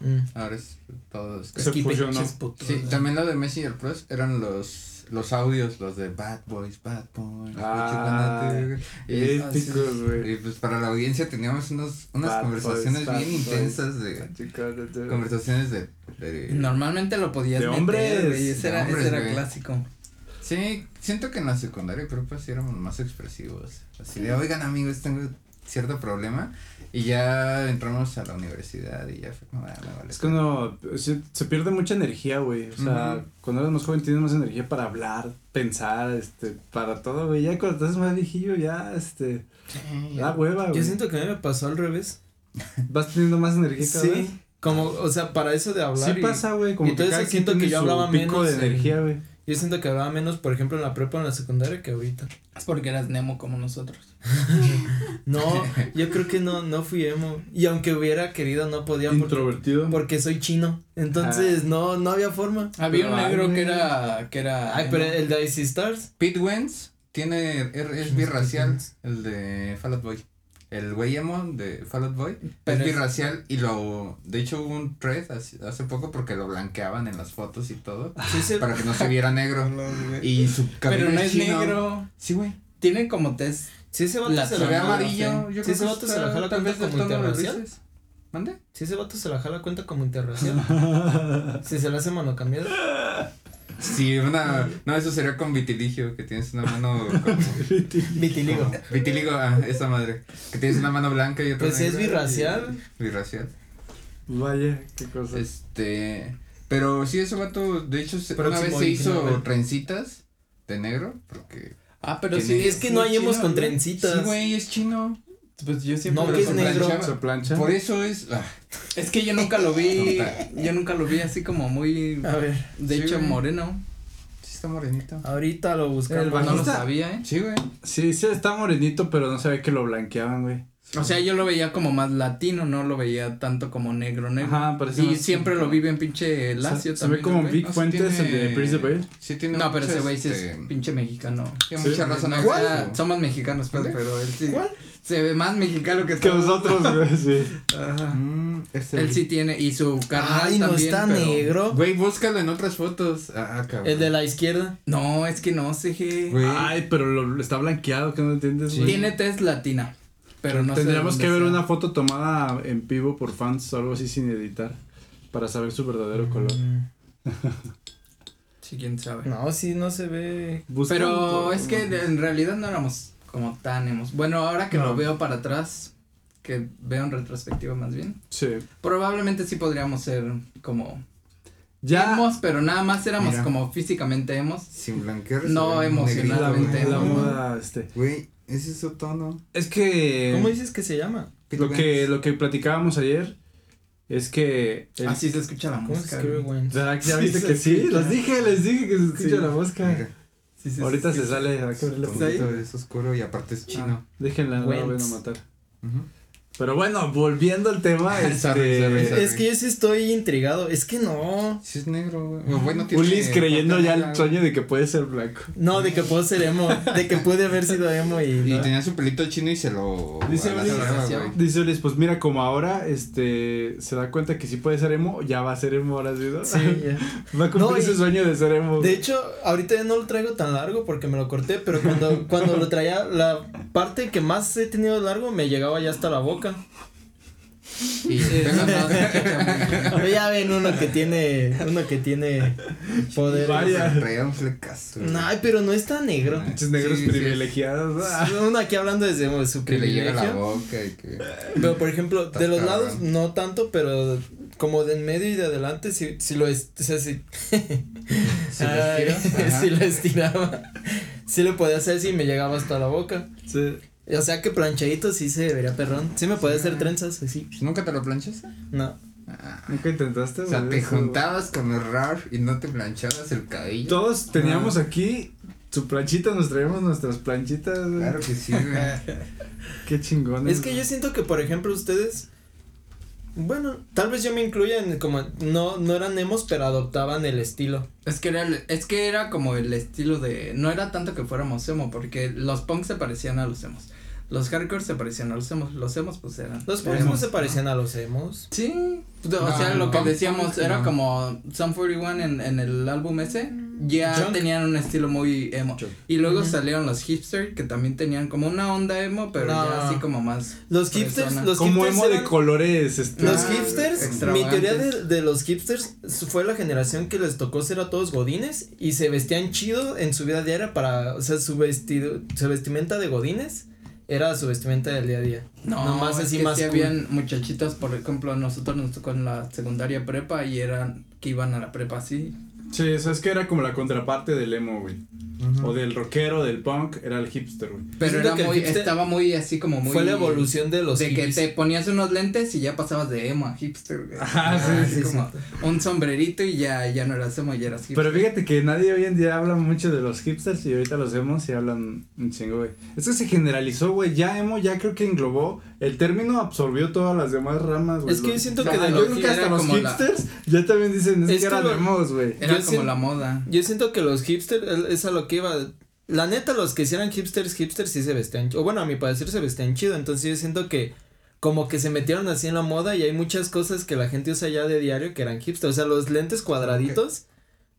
S2: Mm.
S4: Ahora es todo Skype.
S3: Se
S2: Esquipe,
S3: fusionó.
S2: chis, puto.
S4: Sí, también lo de Messenger Plus eran los los audios, los de Bad Boys, Bad Boys.
S3: Ah,
S4: what you gonna do. y, ah,
S3: Épicos, güey.
S4: y, pues para la audiencia teníamos unos, unas
S3: Bad
S4: conversaciones
S3: boys, bad
S4: bien
S3: boys.
S4: intensas de conversaciones de, de-
S1: Normalmente lo podías
S3: De
S1: meter,
S3: hombres,
S1: güey, ese
S4: de
S1: era, ese
S4: hombres,
S1: era
S4: güey.
S1: clásico.
S4: Sí, siento que en la secundaria creo que sí éramos más expresivos. Así de, "Oigan, amigos, tengo cierto problema." Y ya entramos a la universidad y ya fue como, "Ah, me vale".
S3: Es que uno se, se pierde mucha energía, güey. O sea,
S4: Ujú.
S3: cuando eres más joven tienes más energía para hablar, pensar, este, para todo, güey. Ya cuando estás más viejillo, ya, este,
S4: Sí, ya.
S3: da hueva, güey.
S2: Yo siento que a mí me pasó al revés.
S3: Vas teniendo más energía cada
S2: Sí.
S3: vez.
S2: Como, o sea, para eso de hablar.
S3: Sí
S2: y-
S3: pasa, güey. Como
S2: y entonces
S3: cada
S2: siento
S3: quien
S2: que
S3: tiene
S2: yo
S3: su
S2: hablaba
S3: pico de
S2: menos en-
S3: energía, güey.
S2: Yo siento que hablaba menos, por ejemplo, en la prepa o en la secundaria que ahorita.
S1: Es porque eras Nemo como nosotros.
S2: No, yo creo que no, no fui emo. Y aunque hubiera querido, no podía porque,
S3: Introvertido.
S2: porque soy chino. Entonces, no, no había forma.
S1: Había
S3: Pero,
S1: un
S3: ay,
S1: negro
S3: güey.
S1: que era, que era.
S2: Ay, pero
S1: emo.
S2: el de Icy Stars.
S4: Pete Wentz tiene, er- es birracial, el de Fall Out Boy. El güey emo de Fall Out Boy
S1: Pero
S4: es
S1: es-
S4: birracial y lo... De hecho hubo un thread hace, hace poco porque lo blanqueaban en las fotos y todo
S2: Sí, sí.
S4: para que no se viera negro. Y su cabello
S1: Pero no es
S4: chino.
S1: negro.
S4: Sí, güey.
S1: Tiene como tez.
S2: Sí, ese vato
S1: La
S2: se
S4: Se
S2: la
S4: ve
S1: Pero no,
S2: jala.
S4: amarillo.
S1: sí.
S4: Yo
S2: Sí,
S4: creo
S2: ese
S4: que
S2: vato se la
S4: está
S2: jala
S4: tal
S2: cuenta
S4: vez del
S2: como
S4: tono de
S2: interracial.
S4: grises. ¿Mande?
S2: Si ese vato se la jala cuenta como interracial. si se la hace monocambiada.
S4: Sí, una... No, eso sería con vitiligio, que tienes una mano... como-
S2: Vitiligo.
S4: Vitiligo, ah, esa madre. Que tienes una mano blanca y otra
S2: Pues es
S4: negra y-
S2: birracial.
S4: Birracial.
S3: Vaya, qué cosa.
S4: Este. Pero sí, ese vato, de hecho, se- una
S2: Próximo
S4: vez se hizo
S2: original. ¿eh?
S4: trencitas de negro. Porque.
S1: Ah, pero
S4: ¿Quién
S1: sí.
S4: es?
S2: Es que no hay
S1: chino,
S2: emos con
S1: ¿no?
S2: trencitas.
S4: Sí, güey, es chino.
S1: Pues yo siempre.
S2: No,
S1: lo
S2: que es
S1: con
S2: negro.
S1: planchaba.
S3: Se plancha.
S4: Por eso es. ah,
S1: Es que yo nunca lo vi.
S4: No, está.
S1: yo nunca lo vi así como muy.
S2: A ver,
S1: De
S4: Sí,
S1: hecho,
S4: güey.
S1: moreno.
S4: sí, está morenito.
S2: ahorita lo
S1: El
S2: buscamos.
S1: no lo
S3: bajista.
S1: sabía, ¿eh?
S4: Sí, güey.
S3: Sí, sí, está morenito, pero no se ve que lo blanqueaban, güey.
S1: O sea, yo lo veía como más latino, no lo veía tanto como negro, negro.
S3: Ajá, Pues parece
S1: Y
S3: más-
S1: siempre lo vi bien pinche
S3: Se-
S1: lacio
S3: se
S1: también.
S3: ve como
S1: el güey.
S3: Vic Fuentes, el de Prince of Bel.
S4: Sí, tiene.
S1: No, pero
S4: muchas,
S1: ese güey sí es
S4: este,
S1: pinche mexicano.
S4: Tiene mucha raza
S1: No,
S4: negra.
S1: o sea, somos mexicanos, pues,
S4: ¿Vale?
S1: pero él sí. Se ve más mexicano que,
S3: Que
S1: todos.
S3: nosotros, güey, sí.
S1: Ajá.
S2: Ah,
S4: Mm, este-
S1: Él sí tiene. Y su carnal
S2: Ay, no
S1: también,
S2: está
S1: pero-
S2: negro.
S4: Güey, búscalo en otras fotos. Ah, cabrón.
S2: El de la izquierda.
S1: No, es que no, CG.
S4: Güey.
S3: Ay, pero lo, está blanqueado, que no entiendes, güey.
S1: Tiene tez latina. Pero no sé
S3: Tendríamos
S1: dónde
S3: que ver
S1: sea.
S3: una foto tomada en vivo por fans o algo así sin editar. Para saber su verdadero color.
S1: Sí, quién sabe.
S2: Mm, No, sí, no se ve.
S3: Busca
S1: Pero
S3: un-
S1: es que de- en realidad no éramos como tan hemos. Bueno, ahora que
S3: No.
S1: lo veo para atrás, que veo en retrospectiva más bien,
S3: Sí.
S1: probablemente sí podríamos ser como
S3: Ya.
S1: hemos, pero nada más éramos
S4: Mira.
S1: como físicamente hemos.
S4: Sin blanquear.
S1: No,
S4: se ve
S3: la,
S1: emocionado.
S4: negrito, güey.
S1: realmente,
S3: la
S1: ¿no?
S3: moda, este.
S4: Güey, ese es su tono.
S3: Es que.
S2: ¿Cómo dices que se llama?
S3: Lo que, lo que platicábamos ayer es que. el-
S1: Así se escucha la
S2: ¿Cómo se
S1: música.
S2: escribe, güey?
S3: ¿Verdad que ya
S2: Sí,
S3: viste
S2: se
S3: que sí?
S2: escucha.
S3: Los dije, les dije que se escucha
S2: Sí.
S3: la mosca.
S4: Mira,
S1: Sí, sí,
S3: Ahorita
S1: sí,
S3: se
S1: sí.
S3: sale. hay que abrirle
S4: su
S3: poquito.
S4: tonito es oscuro y aparte es chino.
S3: Déjenla, no la
S2: Wentz.
S3: van a matar.
S4: Ujú.
S3: Pero bueno, volviendo al tema. este,
S4: Sorry, sorry, sorry.
S2: Es que yo sí estoy intrigado. Es que no.
S4: Sí es negro, güey. Bueno, tiene
S3: Ulis creyendo
S4: parte
S3: ya
S4: negra,
S3: el sueño de que puede ser blanco.
S2: No, de que puedo ser emo. De que pude haber sido emo y.
S4: güey. Y
S2: no.
S4: tenía su pelito chino y se lo.
S3: Dice
S4: a la
S3: Ulis,
S4: cerraba,
S1: sí,
S4: güey.
S3: Dice Ulis, pues mira, como ahora este se da cuenta que sí puede ser emo, ya va a ser emo ahora, ¿sí? no?
S2: Sí, ya.
S3: Va a cumplir
S2: No, y-
S3: su sueño de ser emo.
S2: De hecho, ahorita ya no lo traigo tan largo porque me lo corté, pero cuando, cuando lo traía, la parte que más he tenido largo me llegaba ya hasta la boca.
S1: Y venga, no, se escucha muy bien.
S2: Ya ven uno que tiene, uno que tiene poder.
S3: Vaya.
S4: Ah, Traía un flecazo. güey.
S2: Ay, pero no está negro.
S3: Pinches negros
S4: Sí, sí,
S3: privilegiados. ah.
S2: Uno aquí hablando desde de su
S4: Que le llega a la
S2: privilegio.
S4: boca y que.
S2: Pero por ejemplo, de los
S4: Estás
S2: lados
S4: cabrón.
S2: no tanto, pero como de en medio y de adelante, si, si lo es, o sea, si,
S4: Si lo
S2: Ay,
S4: estiras, ajá.
S2: si lo estiraba, si lo podía hacer si me llegaba hasta la boca.
S3: Sí.
S2: O sea que planchadito sí se vería perrón. Sí me podía hacer trenzas así.
S4: Pues, ¿Nunca te lo planchas?
S2: No.
S4: Ah.
S3: ¿Nunca intentaste?
S4: O sea,
S3: güey,
S4: te
S3: eso?
S4: juntabas con el Ralph y no te planchabas el cabello.
S3: Todos teníamos
S2: Ah.
S3: aquí su planchita, nos traíamos nuestras planchitas. güey.
S4: Claro que sí, güey.
S3: Qué chingón.
S2: Es que yo siento que, por ejemplo, ustedes. Bueno, tal vez yo me incluya en como. No, no eran emos, pero adoptaban el estilo.
S1: Es que era el- es que era como el estilo de no era tanto que fuéramos emo porque los punks se parecían a los emos. Los hardcore se parecían a los emos, los emos pues eran.
S2: Los punks no
S1: emos,
S2: se parecían a los emos.
S1: Sí, pues, o
S4: No,
S1: sea, lo
S4: no.
S1: que decíamos era
S4: No.
S1: como Sum 41 en, en el álbum ese, ya
S2: Junk.
S1: tenían un estilo muy emo.
S3: Junk.
S1: Y luego
S2: Mm. Ujú.
S1: salieron los hipster que también tenían como una onda emo, pero
S2: No.
S1: ya así como más.
S2: Los hipsters.
S1: Persona.
S2: Los
S3: Como
S2: hipsters
S3: emo de
S2: eran-
S3: colores. Este,
S2: Los
S1: Ah,
S2: hipsters, mi
S1: extravagantes.
S2: teoría de, de los hipsters s- fue la generación que les tocó ser a todos godines y se vestían chido en su vida diaria para, o sea, su vestido, su vestimenta de godines era su vestimenta del día a día.
S1: No,
S2: Nomás
S1: es
S2: así
S1: que
S2: más
S1: sí
S2: cool.
S1: habían muchachitas, por ejemplo, a nosotros nos tocó en la secundaria prepa y eran que iban a la prepa así.
S3: Sí, o sea, es que era como la contraparte del emo, güey.
S4: Ujú.
S3: O del rockero, del punk, era el hipster, güey.
S1: Pero
S2: siento
S1: era
S2: que el
S1: muy,
S2: hipster
S1: estaba muy así como muy.
S2: Fue la evolución de los
S1: De que
S2: hippies.
S1: te ponías unos lentes y ya pasabas de emo a hipster, güey.
S3: Ajá, sí,
S1: Ah,
S3: sí,
S1: así como un sombrerito y ya, ya no eras emo, ya eras hipster.
S3: Pero fíjate que nadie hoy en día habla mucho de los hipsters y ahorita los emos y hablan un chingo, güey. Es que se generalizó, güey. Ya emo ya creo que englobó. El término absorbió todas las demás ramas, güey.
S2: Es que yo siento
S1: Ajá,
S2: que de
S3: yo
S1: lo
S3: creo
S2: los
S3: que hasta
S1: era
S3: los
S1: como la-
S3: hipsters ya también dicen, es,
S2: Es
S3: que
S2: que
S3: eran
S2: lo-
S3: emos, güey.
S1: Era
S2: yo
S1: como
S2: sien-
S1: la moda.
S2: Yo siento que los hipsters, es a lo que iba. La neta, los que sí eran hipsters, hipsters sí se vestían. ch- O bueno, a mi parecer se vestían chido. Entonces yo siento que como que se metieron así en la moda y hay muchas cosas que la gente usa ya de diario que eran hipsters. O sea, los lentes cuadraditos,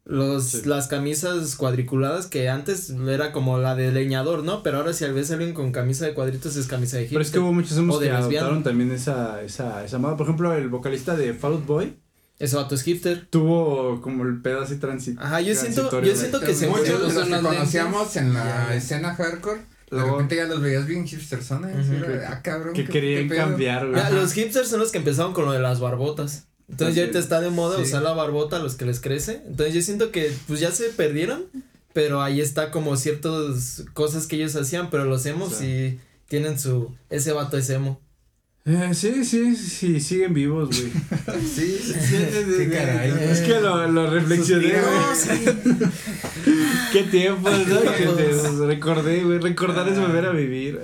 S2: los,
S3: Sí.
S2: las camisas cuadriculadas que antes era como la de leñador, ¿no? Pero ahora si al ves a alguien con camisa de cuadritos es camisa de hipster.
S3: Pero es que hubo muchos emos
S2: O de
S3: que
S2: lesbiana.
S3: adoptaron también esa, esa, esa moda. Por ejemplo, el vocalista de Fall Out Boy
S2: Ese vato es hipster.
S3: tuvo como el pedo así transi- transitorio.
S2: Ajá, yo siento, yo
S3: güey.
S2: siento que se
S4: Muchos de los
S1: usan
S4: que
S1: los
S4: conocíamos en la
S1: Ya, ya.
S4: escena hardcore, de
S3: Luego-
S4: repente ya los veías bien hipstersones.
S2: Ujú.
S4: era, ah, cabrón.
S3: Que
S4: qué-
S3: querían
S4: qué pedo.
S3: cambiar, güey.
S2: Ya, los hipsters son los que empezaron con lo de las barbotas. Entonces ya
S3: Así
S2: ahorita
S3: es.
S2: está de moda
S3: Sí.
S2: usar la barbota a los que les crece. Entonces yo siento que pues ya se perdieron, pero ahí está como ciertas cosas que ellos hacían, pero los emos sí tienen su ese vato es emo.
S3: Eh, sí, sí, sí, siguen vivos, güey.
S4: Sí, sí,
S3: Sí,
S4: sí, caray.
S3: Es que lo, lo reflexioné,
S4: Suspiro.
S3: güey. Qué tiempo, ¿no? que te
S2: Tiempos. Ah.
S3: recordé, güey. Recordar es volver a vivir.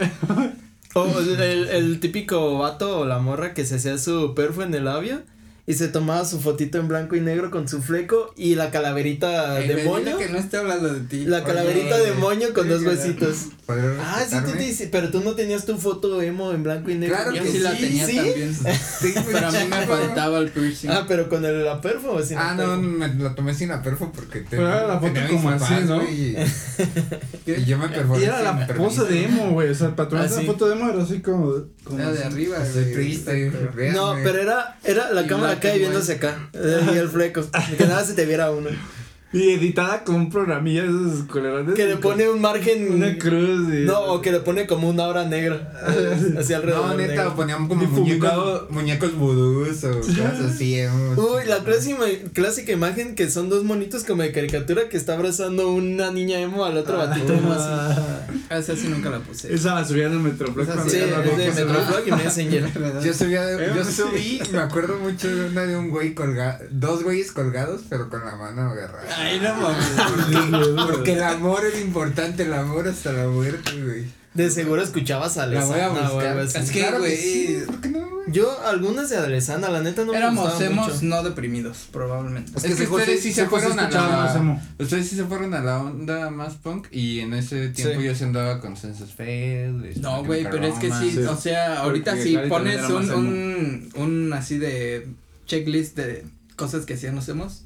S2: O el, el típico vato o la morra que se hacía su perfo en el labio y se tomaba su fotito en blanco y negro con su fleco y la calaverita
S1: Ay, me
S2: de
S1: diga
S2: moño.
S1: que no esté hablando de ti.
S2: La calaverita de moño con
S4: Oye,
S2: dos
S4: oye,
S2: huesitos.
S4: ¿Podré
S2: Ah, sí, tú
S4: respetarme?
S2: te dices, pero tú no tenías tu foto emo en blanco y negro.
S4: Claro
S1: Yo
S2: Ya,
S4: que
S1: sí la
S4: sí,
S1: tenía
S2: ¿sí?
S1: también.
S4: Sí, güey,
S1: Pero a mí me
S4: chico.
S1: faltaba el piercing.
S2: Ah, pero con el la perfo o sin
S4: Ah,
S2: la
S4: no,
S2: perfo?
S4: me la tomé sin la perfo porque te.
S3: Pero era la foto
S4: tenía mis
S3: como
S4: papás,
S3: así, ¿no?
S4: güey, Y, y yo me perforé.
S3: Y era
S4: sin
S3: la
S4: permiso.
S3: pose de emo, güey. O sea, el patrón
S2: Ah,
S3: de la
S2: sí.
S3: foto de emo era así como. como
S2: pues,
S1: Era de
S3: así.
S1: arriba,
S4: Estoy
S1: güey.
S4: triste, güey.
S2: No,
S4: véanme.
S2: pero era, era la
S1: Y
S2: cámara
S1: blanco
S2: acá
S1: y
S2: y viéndose acá. eh, Y el fleco. Que nada se te viera uno.
S3: Y editada con un programilla de esos colorantes.
S2: Que le pone un margen.
S3: una cruz. y-
S2: No, o que le pone como una hora negra. eh, Así alrededor.
S4: No, neta, pues,
S2: negro.
S4: ponían como
S3: Difuminado.
S4: muñecos, muñecos vudús o cosas así. ¿eh? emo.
S2: Uy, la clásica, clásica imagen que son dos monitos como de caricatura que está abrazando una niña emo al otro batito emo así.
S3: Ah,
S1: Ah, Esa sí nunca la puse.
S3: Esa la subían al Metroplex.
S1: Esa
S3: cuando
S2: Sí,
S3: era
S2: es
S3: la
S2: de
S3: boca, se ve.
S2: Metroflog y Messenger.
S1: ¿Verdad?
S4: Yo subía,
S3: Eh,
S4: de- yo
S3: sí.
S4: subí, me acuerdo mucho de una de un güey colgado, dos güeyes colgados, pero con la mano agarrada.
S1: Ay, no mames.
S4: Porque el amor es importante, el amor hasta la muerte, güey.
S2: De seguro escuchabas a
S4: La voy a
S2: Alessandra o algo
S4: buscar.
S2: así.
S1: Es que,
S4: Claro
S1: güey, pues,
S4: sí, ¿por qué no, güey?
S2: Yo, algunas de Alessandra, la neta no me
S1: Éramos
S2: gustaban
S1: emos
S2: mucho.
S1: no deprimidos, probablemente.
S4: Es que,
S3: Sejo
S4: ustedes sí se
S3: Sejo
S4: fueron a
S3: escuchaba
S4: la-
S3: más emo.
S4: Ustedes sí se fueron a la onda más punk y en ese tiempo
S2: Sí.
S4: yo se andaba con Census este, Fail.
S1: No, güey, pero es que sí,
S3: Sí.
S1: o sea, ahorita
S3: Porque
S1: si
S3: Gary también
S1: pones
S3: era más
S1: un, un, un así de checklist de cosas que hacían los emos,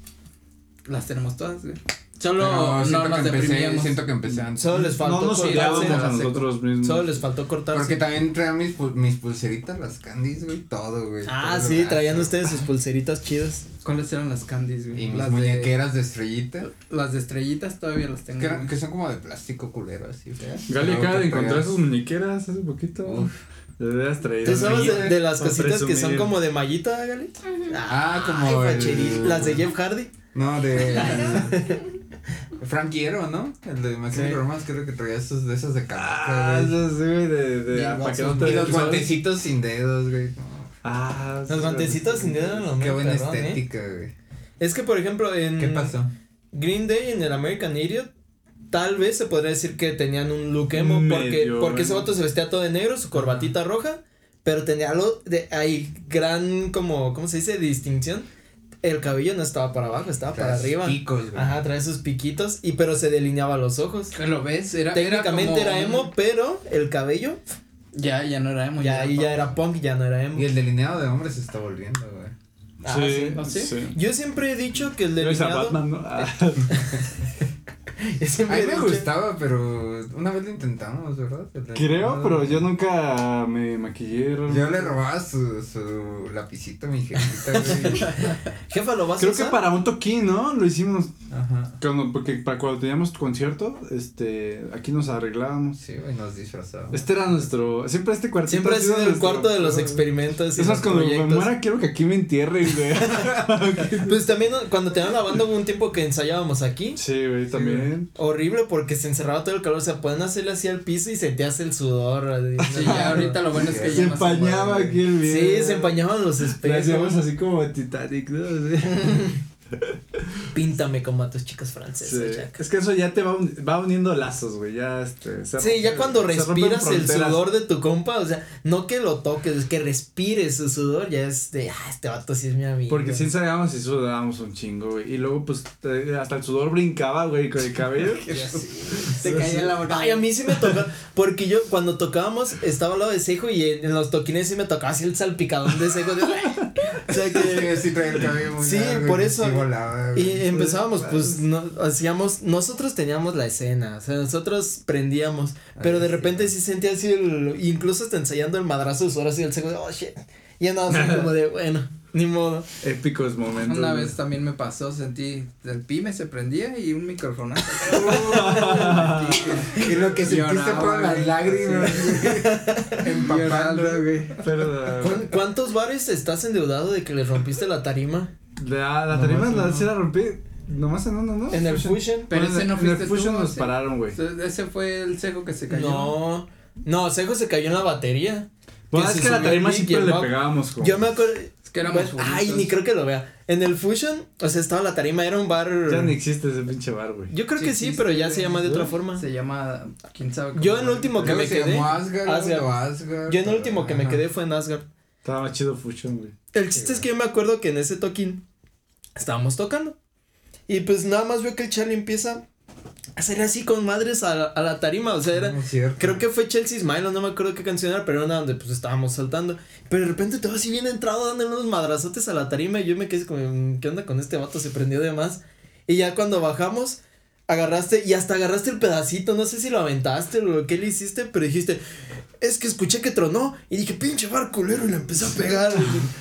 S1: las tenemos todas, güey. Solo no,
S4: siento,
S1: nos
S4: que empecé,
S1: deprimíamos.
S4: siento que empecé antes.
S2: Solo les faltó
S3: No nos odiábamos
S2: cortarse.
S3: a
S4: la seco.
S3: nosotros mismos.
S2: Solo les faltó cortarse.
S4: Porque también traían mis, pul- mis pulseritas, las candies, güey, todo, güey.
S2: Ah,
S4: todo
S2: sí,
S4: lo-
S2: traían ustedes sus pulseritas chidas.
S1: ¿Cuáles eran las candies, güey?
S4: Y mis
S1: las
S4: muñequeras de estrellita.
S1: De, las de estrellitas todavía las tengo.
S4: Que, eran-
S1: güey.
S4: que son como de plástico culero, así feas.
S3: Gali acaba de encontrar sus
S4: esos
S3: muñequeras hace poquito.
S4: Uf.
S3: Deberías traer.
S2: ¿Tú sabes de, de las
S3: Por
S2: cositas que son
S3: presumir.
S2: como de mallita, Gali?
S4: Ah, como
S2: Ay,
S4: el-
S2: facheril. Las de Jeff Hardy.
S4: No, de. Frank Hierro, ¿no? El de Máquina
S2: Sí.
S4: Bromas, creo que traía esos de esas de
S3: Ah,
S4: calaca. güey.
S3: eso sí, güey, de, de,
S2: Bien
S3: ah, para que
S2: guapo.
S3: no te-
S4: y los
S3: ¿sabes?
S4: guantecitos sin dedos, güey.
S3: Ah, sí,
S2: Los guantecitos sin dedo eran los
S4: Qué
S2: más
S4: buena
S2: perrón, ¿eh? Mm. Ah,
S4: estética, güey.
S2: Es que, por ejemplo, en
S4: ¿Qué pasó?
S2: Green Day, en el American Idiot, tal vez se podría decir que tenían un look emo. Porque,
S3: Medio,
S2: porque ese
S3: ¿no?
S2: vato se vestía todo de negro, su corbatita roja. Pero tenía lo de ahí, gran, como, ¿cómo se dice? Distinción. El cabello no estaba para abajo, estaba para
S4: Tras
S2: arriba.
S4: Picos, güey.
S2: Ajá, trae sus piquitos y pero se delineaba los ojos.
S1: Que ¿Lo ves? Era,
S2: Técnicamente
S1: como
S2: era,
S1: un-
S2: emo, pero el cabello
S1: Ya, ya no era emo.
S2: ya ahí
S1: pop.
S2: ya era punk, ya no era emo.
S4: Y el delineado de hombre se está volviendo, güey.
S2: Ah,
S3: Sí,
S1: ¿Ah, sí?
S3: sí.
S2: Yo siempre he dicho que el
S3: Yo hice a
S2: delineado
S3: Batman, ¿no? Ah,
S2: Yo
S4: A
S2: siempre
S4: mí
S2: he
S4: me
S2: dicho-
S4: gustaba, pero una vez lo intentamos, ¿verdad? El de-
S2: Ah.
S3: Creo, pero yo nunca me maquillé. realmente.
S4: Yo le robaba su, su lapicito a mi jefita, güey.
S2: Jefa, ¿lo vas a
S3: Creo que
S2: usar?
S3: para un toquín, ¿no? Lo hicimos.
S4: Ajá.
S3: Cuando, porque para cuando teníamos concierto, este, aquí nos arreglábamos.
S4: Sí, güey, nos disfrazábamos.
S3: Este era nuestro. Siempre este cuartito.
S2: Siempre ha sido el
S3: nuestro-
S2: cuarto de los experimentos. y
S3: Eso es
S2: los
S3: cuando me
S2: proyectos.
S3: muera, quiero que aquí me entierren, güey.
S2: Pues también cuando tenían la banda hubo un tiempo que ensayábamos aquí.
S3: sí, güey, también.
S2: Horrible porque se encerraba todo el calor, o sea, pueden hacerle así al piso y se te hace el sudor. así,
S1: Sí,
S2: ¿no?
S1: ya ahorita lo bueno es que
S4: Sí,
S1: ya
S3: se
S1: no se
S3: empañaba
S1: mueve.
S3: aquí el video.
S2: Sí, se empañaban los
S3: Lo hacíamos
S2: espejos.
S3: así como Titanic, ¿no? Así.
S2: Píntame como a tus chicas
S3: Sí.
S2: francesas. Jack.
S3: Es que eso ya te va, un- va uniendo lazos, güey. Ya, este, se
S2: Sí, ya
S3: rompe-
S2: cuando
S3: se rompen
S2: respiras el
S3: fronteras.
S2: sudor de tu compa, o sea, no que lo toques, es que respires su sudor, ya es de, ah, este vato sí es mi amigo.
S3: Porque sí ensayábamos y sudábamos un chingo, güey. Y luego, pues, te- hasta el sudor brincaba, güey, con el cabello.
S1: Te caía en la boca.
S2: Ay, a mí sí me tocó, porque yo cuando tocábamos estaba al lado de Sejo y en, en los toquines sí me tocaba así el salpicadón de Sejo. de- o sea que...
S4: Sí, sí traía el cabello muy
S2: Sí,
S4: largo,
S2: por
S4: y
S2: eso.
S4: sí volaba,
S2: Y
S4: güey.
S2: empezábamos, pues, no, hacíamos, nosotros teníamos la escena, o sea, nosotros prendíamos, pero
S4: Ay,
S2: de
S4: sí.
S2: repente sí sentía así el, incluso hasta ensayando el madrazo, ahora así el segundo, oh, shit, y andaba así como de, bueno, ni modo.
S3: Épicos momentos.
S1: Una
S3: güey.
S1: vez también me pasó, sentí el pyme se prendía y un micrófono.
S4: Y lo que sentiste
S1: Lloraba,
S4: fueron las
S1: güey.
S4: lágrimas,
S1: Empapando, güey.
S3: Pero,
S2: ¿Cuán- ¿Cuántos bares estás endeudado de que le rompiste la tarima
S3: la, la
S4: Nomás
S3: tarima
S4: en
S3: la,
S4: uno.
S3: sí la rompí. Nomás en uno, ¿no?
S2: en el Fusion?
S1: Pero
S3: Bueno,
S1: ese no
S3: en
S1: fuiste
S3: el
S1: tú,
S3: Fusion nos
S1: ese.
S3: pararon, güey.
S1: Ese- Ese fue el cejo que se cayó.
S2: No, no, Sejo se cayó en la batería.
S3: Bueno,
S2: que
S3: es
S2: se
S3: que la
S2: subió
S3: tarima
S2: Mickey
S3: siempre le
S2: Mouse.
S3: pegábamos, como.
S2: Yo me acuerdo.
S1: Es que éramos
S2: bueno, Pues, ay,
S1: juntos.
S2: ni creo que lo vea. En el Fusion, o sea, estaba la tarima, era un bar.
S3: Ya ni existe ese pinche bar, güey.
S2: Yo creo
S1: Sí
S2: que sí,
S1: existe,
S2: pero ya
S1: güey.
S2: se llama de otra
S1: ¿Sí?
S2: forma.
S1: Se llama, quién sabe. cómo
S2: Yo
S1: se
S2: en
S1: llama.
S2: último que
S4: Creo
S2: me
S4: se
S2: quedé.
S4: llamó Asgard,
S2: Asgard.
S4: o Asgard,
S2: Yo en el último que me
S4: ajá.
S2: quedé fue en Asgard.
S3: Estaba más chido Fusion, güey.
S2: El chiste es que yo me acuerdo que en ese toquín estábamos tocando. Y pues nada más veo que el Charlie empieza a hacer así con madres a, la- a la tarima. O sea, era.
S4: No, es cierto.
S2: Creo que fue Chelsea Smile, no me acuerdo qué canción era, pero era una donde pues estábamos saltando. Pero de repente todo así bien entrado, dándole unos madrazotes a la tarima. Y yo me quedé como, "Mm, ¿qué onda con este vato? Se prendió de más. Y ya cuando bajamos, agarraste, y hasta agarraste el pedacito, no sé si lo aventaste o lo que le hiciste, pero dijiste, es que escuché que tronó. Y dije, pinche bar culero, y le empecé a pegar.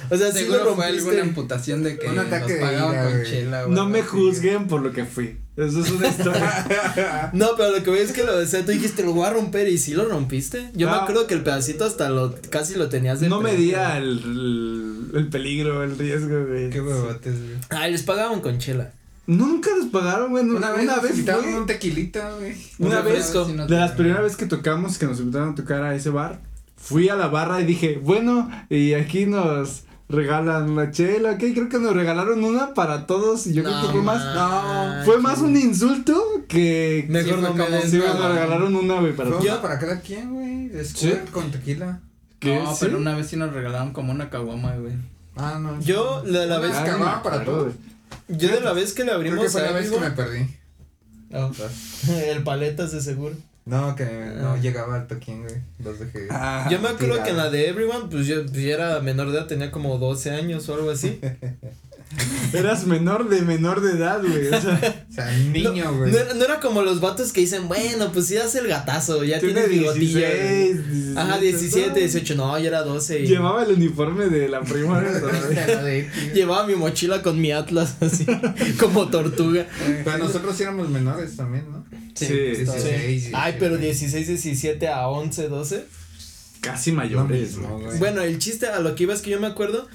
S2: o sea, sí lo
S1: Seguro fue alguna
S2: rompiste.
S1: amputación de que
S4: Un ataque
S1: nos
S4: de
S1: pagaban
S4: ira,
S1: con
S4: güey.
S1: chela, güey.
S3: No me
S1: Así.
S3: juzguen por lo que fui. Eso es una historia.
S2: No, pero lo que voy es que lo o sea, tú dijiste, lo voy a romper, y sí lo rompiste. Yo
S3: Ah.
S2: me acuerdo que el pedacito hasta lo, casi lo tenías de
S3: no
S2: frente.
S3: medía el, el, el peligro, el riesgo, güey.
S4: Qué huevotes, güey.
S2: Ah, les pagaban con chela.
S3: Nunca nos pagaron, güey.
S4: Una vez, nos invitaron
S3: güey.
S4: un tequilita, güey.
S3: Una
S1: Una
S3: vez,
S1: vez
S2: con-
S1: sí nos
S3: de las
S1: pagaron.
S3: primeras veces que tocamos, que nos invitaron a tocar a ese bar, fui a la barra y dije, bueno, y aquí nos regalan la chela, ¿ok? Creo que nos regalaron una para todos y yo creo
S2: No
S3: que fue más...
S2: manches.
S3: Fue más un insulto que...
S2: Mejor
S3: que
S2: no
S3: fue
S2: me
S3: como
S2: des
S3: si
S2: nada.
S3: nos regalaron una, güey, para
S4: Pero
S3: todos.
S4: una para cada quien, güey. Escudo
S3: ¿Sí?
S4: con tequila.
S3: ¿Qué?
S1: No,
S3: ¿Sí?
S1: pero una vez sí nos regalaron como una caguama, güey.
S4: Ah, no.
S2: Yo, la, la
S4: Una
S2: vez,
S3: Ay,
S4: que
S3: me
S4: va para
S3: acuerdo,
S4: todo.
S3: Ah, güey.
S2: yo de la vez que le
S4: Creo que
S2: abrimos
S4: fue la
S2: a
S4: vez que
S2: Amigo-
S4: me perdí.
S2: No, el paletas de seguro.
S4: No, que
S2: Ah.
S4: no llegaba al toquín, güey. Los dejé.
S3: Ah,
S2: yo me acuerdo
S4: tirado.
S2: que en la de Everyone, pues yo, pues, yo era menor de edad, tenía como 12 años o algo así.
S3: Eras menor de menor de edad, güey. O sea,
S4: O sea, niño,
S2: no,
S4: güey.
S2: no era, no era como los vatos que dicen, bueno, pues sí das el gatazo, ya
S3: tiene
S2: tienes bigotilla.
S3: 16, 17.
S2: Ajá, 17,
S3: ¿no?
S2: 18, no, yo era 12. y-
S3: Llevaba el uniforme de la primaria. todavía.
S4: Era de X.
S2: llevaba mi mochila con mi atlas así, como tortuga.
S4: Pero nosotros sí éramos menores también, ¿no?
S3: Sí,
S2: pues,
S3: sí,
S2: estaba-
S4: sí.
S2: Ay, pero 16, 17 a 11, 12.
S3: Casi
S4: No
S3: mayores,
S4: mismo,
S3: güey.
S4: güey.
S2: Bueno, el chiste a lo que iba es que yo me acuerdo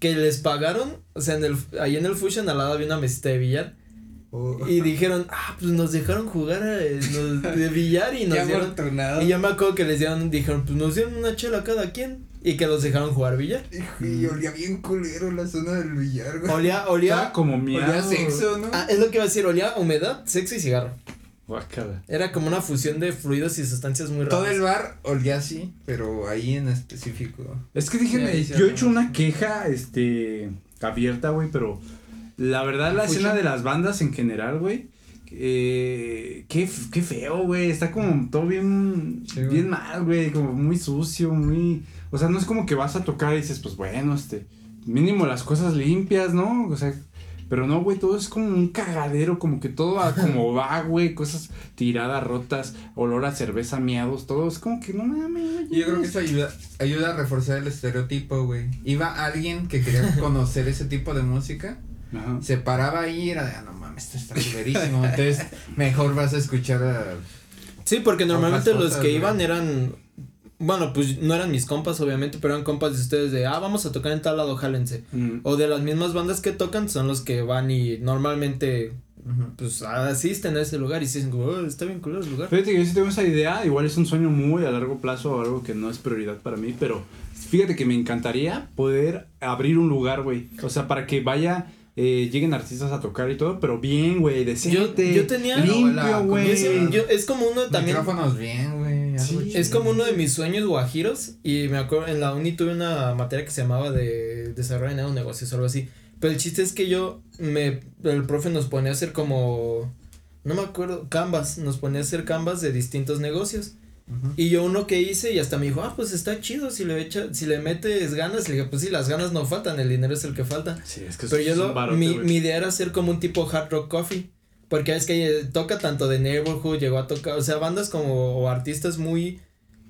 S2: que les pagaron, o sea, en el, ahí en el Fusion al lado había una mesita de billar
S4: Oh.
S2: y dijeron, ah, pues nos dejaron jugar eh, nos- de billar y
S1: Qué
S2: nos dieron.
S1: afortunado.
S2: Y yo me acuerdo que les dieron, dijeron, pues nos dieron una chela a cada quien y que los dejaron jugar billar.
S4: Hijo, y olía bien culero la zona del billar, güey.
S2: Olía,
S3: Estaba
S4: Ah,
S2: olía.
S3: como
S4: Olía a
S3: miado.
S4: sexo, ¿no?
S2: ah, es lo que iba a decir, olía a humedad, sexo y cigarro.
S3: Guácala.
S2: Era como una fusión de fluidos y sustancias muy raras.
S4: Todo el bar olía así, pero ahí en específico.
S3: Es que dije,
S1: Sí,
S3: me-
S1: sí,
S3: yo he
S1: sí.
S3: hecho una queja, este, abierta, güey, pero la verdad la
S1: Escucha.
S3: escena de las bandas en general, güey, eh, qué, f- qué feo, güey, está como todo bien,
S4: Sí, güey.
S3: bien mal, güey, como muy sucio, muy, o sea, no es como que vas a tocar y dices, pues bueno, este, mínimo las cosas limpias, ¿no? O sea, Pero no, güey, todo es como un cagadero, como que todo va como va, güey, cosas tiradas, rotas, olor a cerveza, miados, todo. Es como que no mames, güey.
S4: Yo creo que eso ayuda, ayuda a reforzar el estereotipo, güey. Iba alguien que quería conocer ese tipo de música,
S3: Ajá.
S4: se paraba ahí y era de, ah, no mames, esto está culerísimo. Entonces, mejor vas a escuchar ah, a...
S2: Sí, porque normalmente
S4: Otras
S2: los
S4: cosas,
S2: que
S4: ¿no?
S2: iban eran. Bueno, pues no eran mis compas, obviamente, pero eran compas de ustedes de, ah, vamos a tocar en tal lado, jálense.
S3: Mm.
S2: O de las mismas bandas que tocan son los que van y normalmente,
S4: Ujú.
S2: pues, asisten a ese lugar y se dicen, como, "Oh, está bien culero el lugar.
S3: Fíjate que yo sí tengo esa idea, igual es un sueño muy a largo plazo o algo que no es prioridad para mí, pero fíjate que me encantaría poder abrir un lugar, güey. O sea, para que vaya, eh, lleguen artistas a tocar y todo, pero bien, güey, decente.
S2: yo tenía-
S3: Limpio,
S1: Hola,
S3: güey.
S2: Yo sí- yo- es como uno también.
S4: Micrófonos bien, güey. algo
S3: Sí.
S4: chido.
S2: Es como uno de mis sueños guajiros y me acuerdo en la uni tuve una materia que se llamaba de desarrollo de nuevos negocios o algo así. Pero el chiste es que yo me el profe nos ponía a hacer como no me acuerdo, canvas, nos ponía a hacer canvas de distintos negocios.
S4: Ujú.
S2: Y yo uno que hice y hasta me dijo, "Ah, pues está chido si le echa si le metes ganas." Le dije, "Pues sí, las ganas no faltan, el dinero es el que falta."
S3: Sí, es que
S2: Pero
S3: es
S2: yo
S3: un
S2: lo,
S3: barote,
S2: mi,
S3: güey.
S2: mi idea era hacer como un tipo hard rock coffee. Porque es que eh, toca tanto de Neighborhood, llegó a tocar, o sea, bandas como o artistas muy,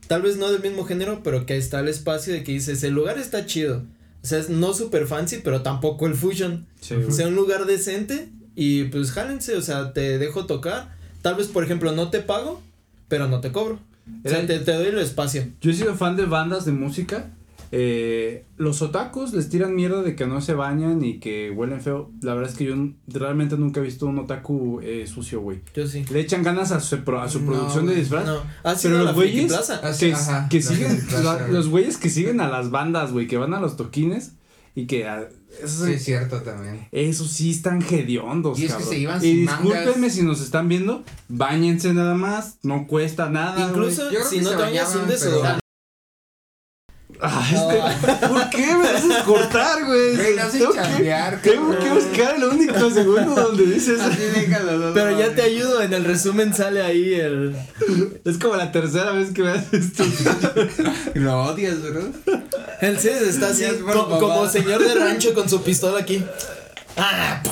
S2: tal vez no del mismo género, pero que está el espacio de que dices, el lugar está chido. O sea, es no super fancy, pero tampoco el fusion.
S3: Sí,
S2: O
S3: güey.
S2: sea, un lugar decente y pues jálense, o sea, te dejo tocar. Tal vez, por ejemplo, no te pago, pero no te cobro. O sea,
S3: Era-
S2: te, te doy el espacio.
S3: Yo he sido fan de bandas de música. eh, los otakus les tiran mierda de que no se bañan y que huelen feo. La verdad es que yo n- realmente nunca he visto un otaku eh, sucio, güey.
S2: Yo sí.
S3: Le echan ganas a su, pro- a su
S4: No,
S3: producción de
S4: güey,
S3: disfraz.
S2: No, ha
S3: Pero
S2: sido
S3: los
S2: la Friki
S3: güeyes-
S2: Plaza.
S4: Ah, sí,
S3: Que,
S4: ajá,
S3: que
S4: la
S3: siguen,
S4: gente plaza,
S3: la-
S4: güey.
S3: los güeyes que siguen a las bandas, güey, que van a los toquines y que... a- esos,
S4: Sí, es cierto también.
S3: esos sí están hediondos,
S4: Y es que
S3: cabrón.
S4: se iban
S3: y
S4: sin
S3: discúlpenme
S4: mangas.
S3: si nos están viendo, bañense nada más, no cuesta nada,
S2: Incluso
S4: Yo creo
S2: si
S4: que
S2: no
S4: se
S2: te bañas
S4: bañaban,
S2: un
S4: pero-
S2: desodorante.
S3: güey. Ah, este- ¿Por qué me haces cortar, güey?
S4: Güey, no haces
S3: Tengo que-
S4: chambear,
S3: Tengo que
S4: cabrón.
S3: buscar el único segundo donde dices.
S4: Así déjalo, no,
S2: Pero
S4: no,
S2: ya
S4: güey.
S2: te ayudo, en el resumen sale ahí el.
S3: Es como la tercera vez que me haces esto.
S4: Lo odias, bro.
S2: El César está así
S4: Ya es por
S2: co-
S4: mamada.
S2: como señor de rancho con su pistola aquí. Ah,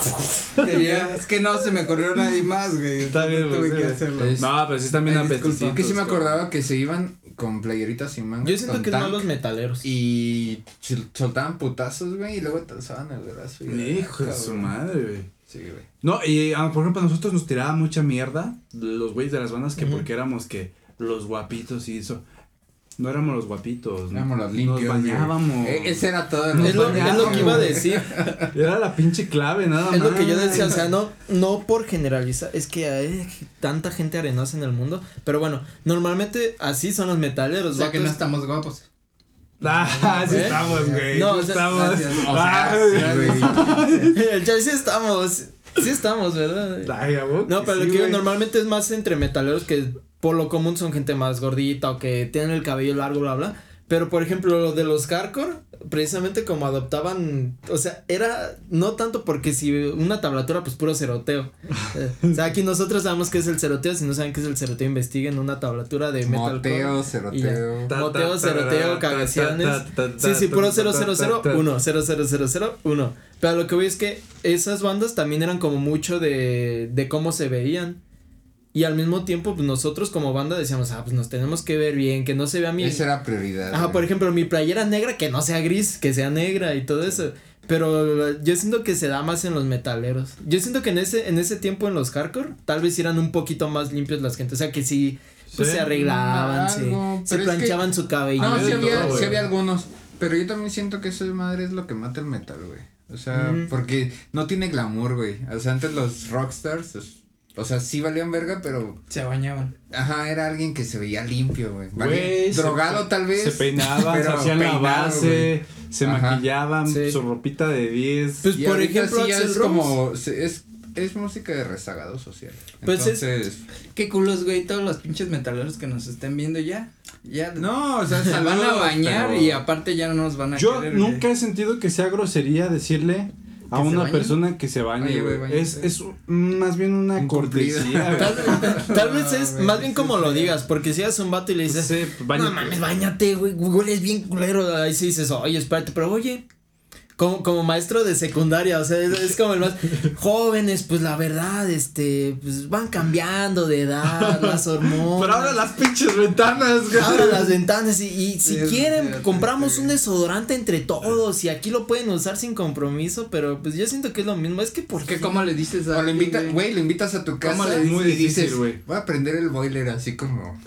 S1: Quería- es que no se me ocurrió nadie más, güey.
S3: Está bien,
S1: Tuve
S3: güey.
S1: que hacerlo.
S4: Es-
S3: No, pero sí están bien
S1: Ay, disculpa.
S3: apetecidos.
S4: que sí me acordaba que se iban con playeritas y mangas.
S2: yo siento
S4: con
S2: que es
S4: tank,
S2: más los metaleros.
S4: Y chil- soltaban putazos, güey, y luego te alzaban el brazo. y era,
S3: Hijo de
S4: cabrón.
S3: su madre, güey.
S4: Sí, güey.
S3: No, y ah, por ejemplo, a nosotros nos tiraba mucha mierda los güeyes de las bandas que
S2: Ujú.
S3: porque éramos que los guapitos y eso. No éramos los guapitos. ¿no?
S4: Éramos los limpios.
S3: Nos
S4: güey.
S3: bañábamos.
S4: E- ese era todo. nos
S2: Eh, Es lo, es lo que iba a
S4: bañábamos.
S2: decir,
S3: Era la pinche clave, nada más.
S2: es lo que yo decía, o sea, no, no por generalizar, es que hay tanta gente arenosa en el mundo, pero bueno, normalmente así son los metaleros.
S1: O sea que no
S2: vatos.
S1: estamos guapos.
S3: Ah, sí
S2: ¿Eh?
S3: estamos, güey.
S2: No,
S3: sí Ah,
S2: o sea,
S3: estamos.
S1: gracias.
S4: O sea,
S3: Ay,
S4: Ah, sí, güey.
S2: El chal- sí estamos, sí estamos, ¿verdad?
S3: ay, a vos
S2: No, pero
S3: sí,
S2: lo que digo,
S3: güey.
S2: normalmente es más entre metaleros que por lo común son gente más gordita o que tienen el cabello largo, bla, bla. Pero por ejemplo, lo de los hardcore, precisamente como adoptaban, o sea, era no tanto porque si una tablatura, pues puro ceroteo. Eh, o sea, aquí nosotros sabemos qué es el ceroteo, si no saben qué es el ceroteo, investiguen una tablatura de metalcore.
S4: Moteo, ceroteo.
S3: Ta, ta,
S2: Moteo,
S3: ta,
S2: ceroteo,
S3: ta, ta,
S2: cagaciones.
S3: ta, ta, ta,
S2: Sí, sí,
S3: ta,
S2: puro
S3: ta, ta, ta, ta.
S2: 0001, 00001. Pero lo que voy es que esas bandas también eran como mucho de, de cómo se veían. Y al mismo tiempo, pues nosotros como banda decíamos, ah, pues nos tenemos que ver bien, que no se vea mi.
S4: Esa era prioridad.
S2: Ajá,
S4: güey.
S2: por ejemplo, mi playera negra que no sea gris, que sea negra y todo eso. Pero eh, yo siento que se da más en los metaleros. Yo siento que en ese, en ese tiempo en los hardcore, tal vez eran un poquito más limpios las gente. O sea que sí, pues,
S3: Sí.
S2: se arreglaban, se-
S4: Algo,
S2: se,
S4: pero es que-
S2: planchaban su cabello.
S4: No, sí
S3: de
S4: había,
S3: todo, güey.
S4: sí había algunos. Pero yo también siento que eso de madre es lo que mata el metal, güey. O sea,
S2: Ujú.
S4: porque no tiene glamour, güey. O sea, antes los rockstars, os- o sea, sí valían verga, pero.
S1: Se bañaban.
S4: Ajá, era alguien que se veía limpio, güey. Vale,
S3: Güey, se-
S4: Drogado tal vez.
S3: Se peinaban, se
S4: pero
S3: hacían
S4: peinado,
S3: la
S4: güey.
S3: base, se
S4: Ajá.
S3: maquillaban,
S2: Sí.
S3: su ropita de 10.
S2: Pues,
S4: Y
S2: por
S4: ahorita
S2: ejemplo,
S4: sí ya
S2: Axl
S4: es
S2: Rose.
S4: como. se- Es, es música de rezagado social.
S2: Pues es-
S4: Entonces.
S1: Qué culos, güey, todos los pinches metaleros que nos estén viendo ya. Ya.
S4: No, o sea,
S1: Se van a
S4: saludos,
S1: bañar
S4: pero-
S1: y aparte ya no nos van a
S3: Yo
S1: querer, güey.
S3: nunca he sentido que sea grosería decirle a
S1: ¿Que se
S3: una
S1: bañe?
S3: persona que se bañe,
S4: Oye, güey,
S3: güey. Es,
S4: bañate.
S3: es un- más bien una
S4: Un cumplido.
S3: cortesía, güey.
S2: Tal, tal vez
S4: No,
S2: es
S4: güey,
S2: más bien
S4: sí,
S2: como
S4: sí.
S2: lo digas, porque si eres un vato y le
S3: No
S2: dices,
S3: sé,
S2: no
S3: bañate.
S2: mames, bañate, güey, güey, hueles bien culero. Ahí sí dices, oye, espérate, pero oye, como, como maestro de secundaria, o sea, es, es como el más jóvenes, pues la verdad, este, pues van cambiando de edad, las hormonas.
S3: Pero ahora las pinches ventanas, güey.
S2: Abran las ventanas y, y si
S1: Sí,
S2: quieren
S1: sí, sí,
S2: compramos
S1: sí.
S2: un desodorante entre todos y aquí lo pueden usar sin compromiso, pero pues yo siento que es lo mismo, es que porque
S1: Que cómo le dices a
S4: O lo
S1: alguien,
S4: invitas, güey, lo invitas a tu
S1: ¿Cómo
S4: casa
S1: le
S3: Muy
S4: y
S3: difícil,
S4: dices,
S3: güey.
S4: voy a prender el boiler así como,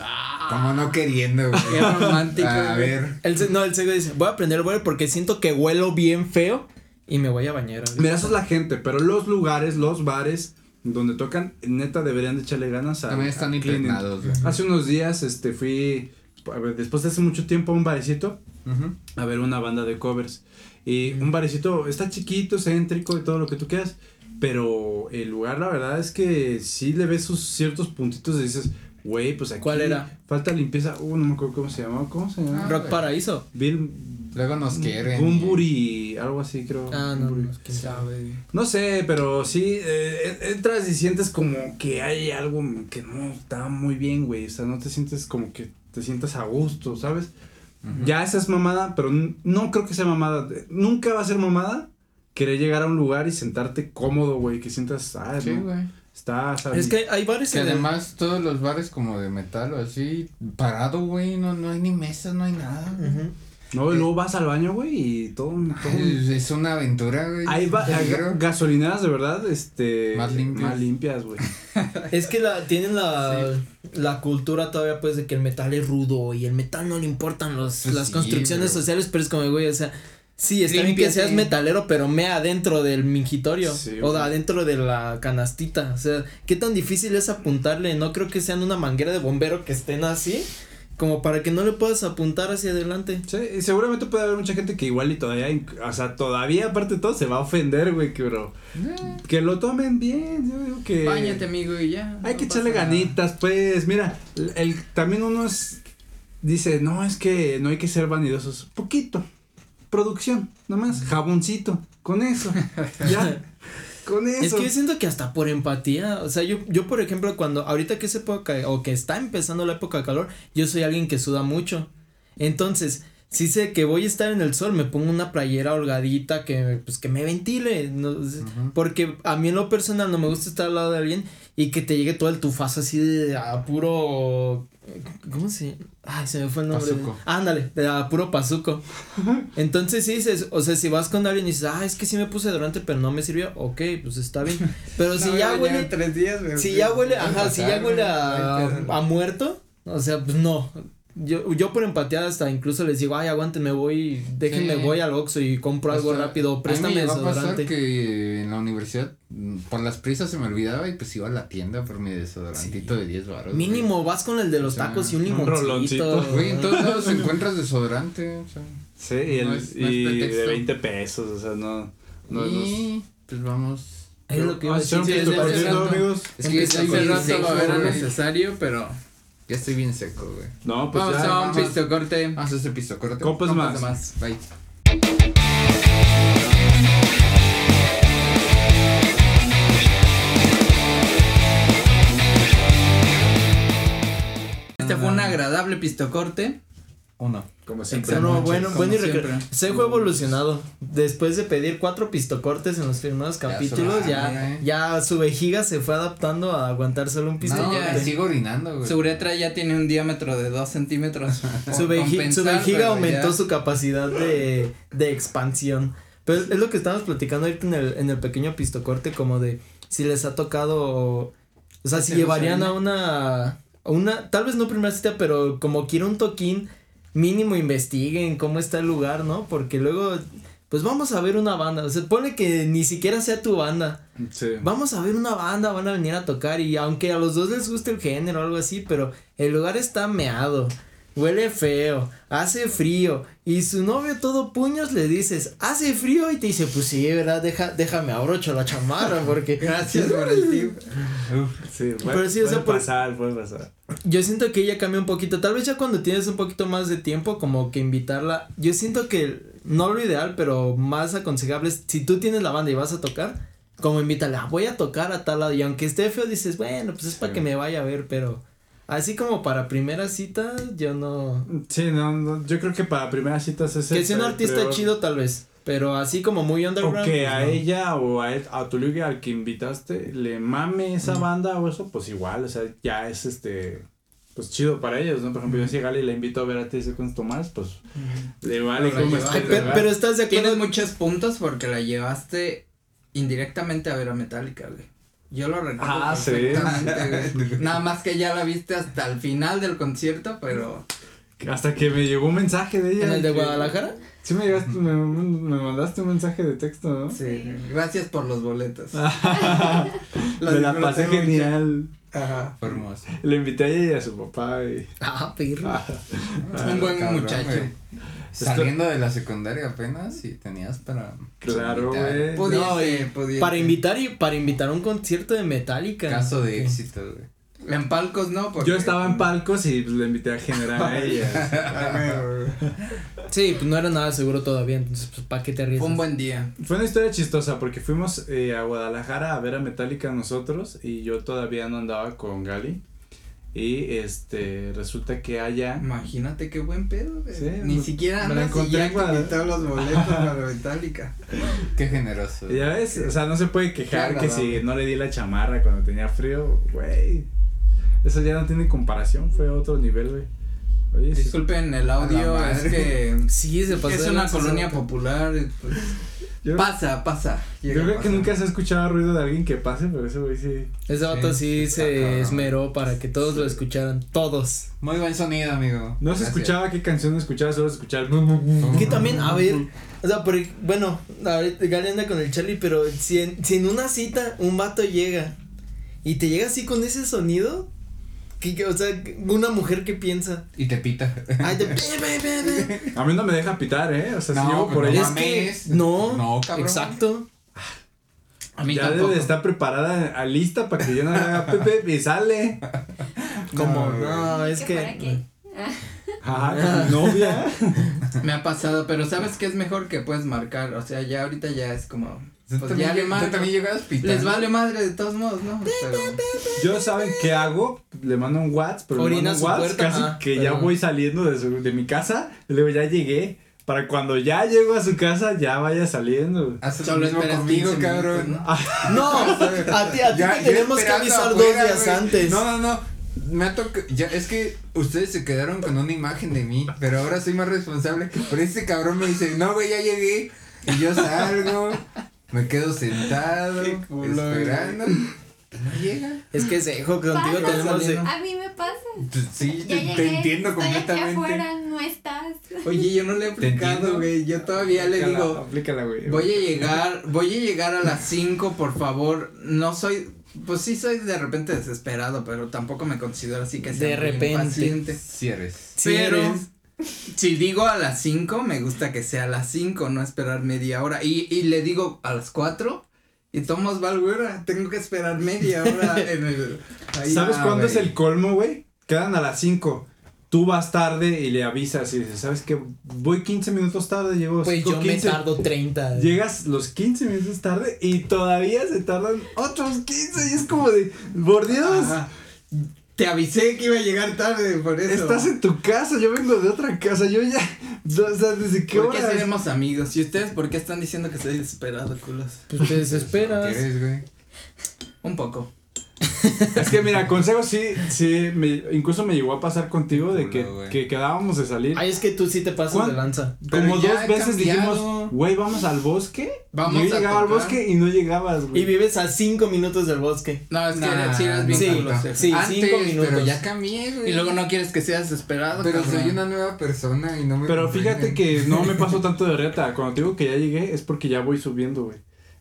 S4: como no queriendo, güey.
S1: Qué romántico,
S4: A
S1: güey.
S4: ver.
S2: el se- no, el seco dice, voy a prender el vuelo porque siento que huelo bien feo y me voy a bañar. ahorita".
S3: Mira, eso es la gente, pero los lugares, los bares donde tocan, neta deberían de echarle ganas a.
S4: También están
S3: a cleaning.
S4: impregnados, güey.
S3: Hace unos días, este, fui, a ver, después de hace mucho tiempo a un barecito
S4: Ujú.
S3: a ver una banda de covers. Y un barecito está chiquito, céntrico y todo lo que tú quieras, pero el lugar la verdad es que sí le ves sus ciertos puntitos y dices, güey, pues aquí.
S2: ¿Cuál era?
S3: Falta limpieza, uh, no me acuerdo cómo se llamaba, ¿cómo se llamaba?
S4: Ah,
S2: Rock
S4: güey.
S2: Paraíso.
S3: Bill.
S4: Luego nos quieren.
S3: Bumburi, algo así creo.
S2: Ah, no,
S3: Bumburi.
S2: no, es que-
S1: sabe.
S3: No sé, pero sí, eh, entras y sientes como que hay algo que no está muy bien, güey. O sea, no te sientes como que te sientas a gusto, ¿sabes?
S4: Ujú.
S3: Ya esa es mamada, pero n- no creo que sea mamada. Eh, Nunca va a ser mamada querer llegar a un lugar y sentarte cómodo, güey. Que sientas, ah,
S4: Sí,
S3: no,
S4: güey.
S3: está, está
S2: Es
S3: bien.
S2: que hay bares
S4: Que
S2: en el-
S4: además todos los bares como de metal o así, parado, güey, no, no hay ni mesas, no hay nada. güey.
S2: Ujú.
S3: No, y
S2: eh,
S3: luego vas al baño, güey, y todo. un- todo un-
S4: Es, es una aventura, güey.
S3: Hay ba- hay ga-
S4: Pero-
S3: gasolineras de verdad, este.
S4: Más limpias.
S3: Más limpias, güey.
S2: Es que la, tienen la, la cultura todavía, pues, de que el metal es rudo y el metal no le importan los,
S4: Pues
S2: las
S4: sí,
S2: construcciones
S4: pero-
S2: sociales, pero es como, güey, o sea, sí, está bien que
S4: Límpiate.
S2: seas metalero, pero mea adentro del mingitorio
S3: Sí,
S2: o
S3: güey.
S2: adentro de la canastita. O sea, ¿qué tan difícil es apuntarle? No creo que sean una manguera de bombero que estén así, como para que no le puedas apuntar hacia adelante.
S3: Sí, y seguramente puede haber mucha gente que igual y todavía, inc- o sea, todavía aparte de todo se va a ofender, güey, que bro. Que lo tomen bien, yo digo que...
S1: Báñate, amigo, y ya.
S3: Hay
S1: no
S3: que echarle
S1: pasa nada.
S3: ganitas, pues, mira, el, el- también uno es- dice, no, es que no hay que ser vanidosos, poquito, producción, nomás, jaboncito, con eso, ya, con eso.
S2: Es que yo siento que hasta por empatía, o sea, yo, yo por ejemplo, cuando ahorita que es época o que está empezando la época de calor, yo soy alguien que suda mucho. Entonces, si sé que voy a estar en el sol, me pongo una playera holgadita que pues que me ventile, no,
S4: Ujú.
S2: porque a mí en lo personal no me gusta estar al lado de alguien y que te llegue todo el tufazo así de a puro ¿cómo se? Ay, se me fue el nombre.
S4: Pazuco.
S2: Ándale, de a puro pazuco. Entonces sí dices, o sea, si vas con alguien y dices, ah, es que sí me puse durante, pero no me sirvió, ok, pues está bien. Pero
S4: No
S2: si
S4: me
S2: ya
S4: bañé
S2: huele,
S4: tres días, güey.
S2: si ya huele,
S4: Puede
S2: ajá, si ya
S4: pasar,
S2: huele
S4: güey,
S2: a,
S4: no hay pedo.
S2: a muerto, o sea, pues no. Yo, yo por empatía hasta incluso les digo, ay, aguanten, me voy, déjenme
S4: Sí.
S2: voy al Oxxo y compro algo
S4: Hasta-
S2: rápido, préstame
S4: a mí me llegó a pasar
S2: desodorante.
S4: que en la universidad, mm, por las prisas se me olvidaba y pues iba a la tienda por mi desodorantito de 10 baros.
S2: Mínimo vas con el de los
S4: O sea,
S2: tacos y un
S3: un
S2: limoncito.
S3: roloncito.
S4: Güey, en todos lados encuentras desodorante, o sea.
S3: Sí, y, el-
S4: No es- no es
S3: y de
S4: pretexto.
S3: 20 pesos, o sea, no, no es...
S4: y pues vamos.
S2: Es lo que iba a decir,
S3: Hacieron
S2: sí,
S3: esto
S2: es-
S3: por
S2: es-
S3: cierto,
S1: rato.
S3: amigos.
S4: Es que ya
S1: Sí,
S4: estoy
S1: Ese
S4: bien
S1: rato
S4: seco,
S1: va a haber
S4: güey.
S1: necesario, pero.
S4: Ya estoy bien seco, güey.
S3: No, pues
S1: Vamos
S3: ya,
S1: a un
S4: vamos.
S1: pisto corte.
S4: Vamos a ese piso, corte.
S3: Copas
S1: Compas
S3: más.
S1: de más.
S4: Bye.
S1: Este fue un agradable pistocorte.
S4: Uno.
S3: como siempre.
S1: Exacto.
S2: No, bueno,
S1: Como
S2: bueno y
S1: siempre.
S2: recre- Sejo ha evolucionado. Después de pedir cuatro pistocortes en los primeros capítulos,
S4: sobraba,
S2: ya,
S4: ¿eh?
S2: ya su vejiga se fue adaptando a aguantar solo un
S4: No,
S2: pistocorte.
S1: ya,
S4: sigo orinando, güey.
S1: Su uretra ya tiene un diámetro de 2 centímetros. por
S2: Su, veji- su
S1: compensar,
S2: vejiga
S1: pero
S2: aumentó
S1: ya-
S2: su capacidad de, de expansión. Pero es es lo que estábamos platicando ahorita en el, en el pequeño pistocorte, como de si les ha tocado. O sea, si
S1: Hacer
S2: llevarían a una. a una. Tal vez no primera cita, pero como quiera un toquín, mínimo investiguen cómo está el lugar, ¿no? Porque luego. Pues vamos a ver una banda. O sea, pone que ni siquiera sea tu banda
S3: Sí.
S2: vamos a ver una banda, van a venir a tocar y aunque a los dos les guste el género o algo así, pero el lugar está meado, huele feo, hace frío y su novio todo puños le dices, hace frío y te dice, pues sí, ¿verdad? Deja, déjame abrocho la chamarra porque
S1: Gracias por el tip.
S3: Sí,
S2: Pero sí, o sea, por-
S3: pasar, puede pasar.
S2: yo siento que ella cambia un poquito, tal vez ya cuando tienes un poquito más de tiempo como que invitarla, yo siento que no lo ideal, pero más aconsejable es si tú tienes la banda y vas a tocar. Como invítala, voy a tocar a tal lado. Y aunque esté feo, dices, bueno, pues es para
S3: Sí.
S2: que me vaya a ver, pero así como para primera cita, yo no.
S3: Sí, no, no, yo creo que para primeras citas es
S2: Que
S3: el
S2: sea un artista
S3: peor-
S2: chido, tal vez. Pero así como muy
S3: O
S2: underground.
S3: que
S2: pues,
S3: a
S2: no.
S3: ella o a, él- a tu ligue al que invitaste le mame esa
S2: Mm.
S3: banda o eso, pues igual, o sea, ya es este. Pues chido para ellos, ¿no? Por ejemplo, yo si a Gali la invito a ver a TC con Tomás, pues le vale
S1: Ahora
S3: como
S1: lleva-
S3: esté,
S2: Pe-
S3: ¿verdad?
S2: Pero, estás de acuerdo.
S1: Tienes muchos puntos porque la llevaste indirectamente a ver a Metallica, güey. Yo lo recuerdo
S3: Ah, sí.
S1: perfectamente, güey. Nada más que ya la viste hasta el final del concierto, pero
S3: Hasta que me llegó un mensaje de ella.
S2: ¿En el de
S3: que-
S2: Guadalajara?
S3: Sí, me, llegaste, me, me mandaste un mensaje de texto, ¿no?
S1: sí, gracias por los boletos.
S3: Ah.
S1: Lo
S3: me la
S1: disfruté
S3: pasé
S1: mucho.
S3: genial.
S1: Ajá.
S4: Fue hermoso.
S3: Le invité a ella y a su papá. Y...
S2: Ah, perro.
S3: Ah,
S1: Un buen
S4: Cabrón,
S1: muchacho.
S4: güey. Saliendo de la secundaria apenas y tenías para.
S3: Claro,
S4: invitar.
S3: güey.
S1: Pudiese,
S2: No, y
S1: pudiese.
S2: Para invitar y para invitar a un concierto de Metallica.
S4: Caso de
S2: Sí.
S4: éxito, güey.
S1: En palcos no, porque.
S3: Yo estaba en palcos y pues, le invité a generar a ella.
S2: Sí, pues no era nada seguro todavía, entonces pues para qué te
S1: Fue
S2: arriesgas.
S1: un buen día.
S3: Fue una historia chistosa porque fuimos eh, a Guadalajara a ver a Metallica nosotros y yo todavía no andaba con Gali. Y este, resulta que allá.
S1: Imagínate qué buen pedo, güey.
S3: Sí,
S1: Ni
S3: me-
S1: siquiera
S3: me la
S1: andas y
S3: encontré
S1: ya
S3: en
S1: te
S3: Guadalajara.
S1: quitó los boletos para Metallica.
S4: Qué generoso.
S3: Ya ves, o sea, no se puede quejar
S1: Qué
S3: que si
S1: agradable.
S3: no le di la chamarra cuando tenía frío, güey. Eso ya no tiene comparación, fue otro nivel, güey. Oye, sí.
S1: Disculpen el audio,
S4: A la
S1: es
S4: madre.
S1: que
S2: Sí, se pasó.
S1: es
S2: de
S1: una
S2: lanza,
S1: colonia
S2: se-
S1: popular. pues,
S3: Yo-
S1: pasa, pasa.
S3: Yo
S1: llega a
S3: creo que
S1: pasar.
S3: nunca se ha escuchado ruido de alguien que pase, pero ese güey sí.
S2: Ese vato sí,
S4: Sí, está
S2: se
S4: cabrón.
S2: esmeró para que todos lo escucharan, todos.
S4: Muy buen sonido, amigo.
S3: No se
S4: Gracias.
S3: escuchaba qué canción escuchaba, solo se escuchaba. el
S2: Es que también, a ver, o sea, porque, bueno, ahorita Gali anda con el Charlie, pero si en, si en una cita un vato llega y te llega así con ese sonido, que, que, o sea, una mujer que piensa,
S4: Y te pita.
S2: ay, de- ve, ve, ve, ve.
S3: A mí no me deja pitar, ¿eh? O sea, si llevo
S4: pues
S3: por
S4: no
S3: ella.
S2: Es que
S4: mames.
S2: no,
S4: No, cabrón.
S2: exacto.
S1: A mí
S3: ya
S1: tampoco.
S3: debe de estar preparada, a lista para que yo no le haga pepe y sale.
S2: Como,
S4: güey.
S2: no, es
S5: ¿Qué fuera
S2: que...
S5: qué?
S3: Ajá, con novia.
S1: Me ha pasado, pero ¿sabes qué es mejor? Que puedes marcar, o sea, ya ahorita ya es como,
S4: Tú
S1: Pues
S4: también,
S1: ya le
S4: tú
S1: marco.
S4: también llegabas pitando.
S1: les vale madre de todos modos, ¿no? Pero-
S3: Yo saben qué hago, le mando un WhatsApp, pero le
S2: Orina
S3: mando un
S2: su
S3: WhatsApp
S2: puerta,
S3: casi
S2: ah,
S3: que ya
S2: perdón.
S3: voy saliendo de, su- de mi casa, y luego ya llegué, para cuando ya llego a su casa ya vaya saliendo.
S4: Haces lo
S1: Solo
S4: mismo
S1: esperas
S4: conmigo,
S1: 15
S4: cabrón.
S1: minutos,
S2: No, a ti, a ti
S4: Ya-
S2: te
S4: yo
S2: tenemos que
S4: esperando
S2: avisar dos
S4: afuera,
S2: días
S4: güey.
S2: antes.
S4: No, no, no. Me ha tocado, ya, es que ustedes se quedaron con una imagen de mí, pero ahora soy más responsable. Pero este cabrón me dice, no, güey, ya llegué. Y yo salgo, me quedo sentado,
S1: Qué culo, güey.
S4: esperando. No llega.
S2: Es que ese hijo contigo
S5: Pasa.
S2: tenemos... de-
S5: A mí me pasa.
S1: Pues
S4: Sí, te,
S5: Ya
S4: te
S5: llegué,
S4: entiendo completamente.
S5: Estoy aquí afuera, no estás.
S1: Oye, yo no le he
S4: Te
S1: aplicado,
S4: entiendo.
S1: güey, yo todavía le
S3: Aplícala,
S1: digo,
S3: Aplícala, güey.
S1: voy a llegar, voy a llegar a las 5, por favor, no soy, pues sí soy de repente desesperado, pero tampoco me considero así que sea
S2: De
S1: muy
S2: repente.
S1: impaciente.
S4: Sí eres.
S2: Sí
S1: Pero
S2: eres.
S1: si digo a las 5, me gusta que sea a las 5, no esperar media hora. Y, y le digo a las 4 y Tomás Valguera, tengo que esperar media hora en el. ahí.
S3: ¿Sabes
S1: Ah,
S3: cuándo
S1: güey.
S3: es el colmo, güey? Quedan a las 5. Tú vas tarde y le avisas y dices, ¿sabes qué? Voy 15 minutos tarde, llevo
S2: Pues
S3: cinco,
S2: yo me
S3: 15".
S2: tardo 30.
S3: Llegas los 15 minutos tarde y todavía se tardan otros 15 y es como de, por Dios,
S1: Ajá. Te avisé que iba a llegar tarde, por eso.
S3: estás en tu casa, yo vengo de otra casa, yo ya, o sea, ¿desde qué
S1: ¿Por qué
S3: hora?
S1: seremos amigos? ¿Y ustedes por qué están diciendo que estoy desesperado, culos?
S2: Pues te
S4: ¿Qué
S2: desesperas.
S4: eres, güey?
S1: Un poco.
S3: Es que mira, consejo sí, sí, me, incluso me llegó a pasar contigo de que,
S4: Culo, güey.
S3: que quedábamos de salir.
S2: Ay, es que tú sí te pasas
S3: ¿Cuán-
S2: de lanza.
S3: Como
S4: pero ya
S3: dos
S4: he
S3: veces
S4: cambiado.
S3: dijimos, güey, vamos al bosque.
S1: Vamos
S3: yo
S1: a
S3: llegaba al
S1: tocar.
S3: bosque y no llegabas,
S2: Y
S3: güey.
S2: vives a 5 minutos del bosque.
S1: No, es que
S4: Nah,
S1: si eres bien
S2: sí,
S1: culo, sí.
S2: sí.
S4: Antes,
S2: cinco minutos.
S4: Pero ya cambié, güey.
S1: Y luego no quieres que seas desesperado.
S4: Pero
S1: cabrón.
S4: soy una nueva persona y no me.
S3: Pero fíjate
S4: comprenden.
S3: que no me paso tanto de reta. Cuando te digo que ya llegué es porque ya voy subiendo, güey.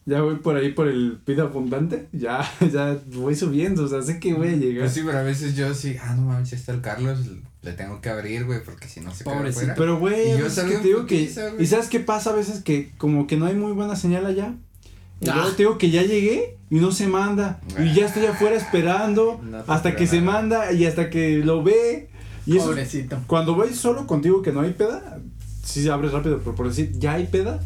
S3: Ya voy por ahí por el pido abundante. Ya, ya voy subiendo. O sea, sé que voy a llegar.
S4: Pues sí, pero a veces yo sí, ah, no mames, está el Carlos, le tengo que abrir, güey, porque si no se queda
S1: Pobrecito.
S4: afuera.
S3: Pero, güey,
S4: Y
S3: a
S4: yo
S3: veces
S4: salgo
S3: que
S4: en
S3: te digo que.
S4: putiza, güey.
S3: ¿Y sabes qué pasa a veces? Que como que no hay muy buena señal allá. Y
S2: Ah.
S3: luego te digo que ya llegué y no se manda. Y ya estoy afuera esperando.
S4: No te
S3: hasta
S4: creo
S3: que se
S4: nada.
S3: manda y hasta que lo ve. Y eso,
S1: Pobrecito.
S3: cuando voy solo contigo que no hay peda, sí abres rápido. Pero por decir, ya hay peda.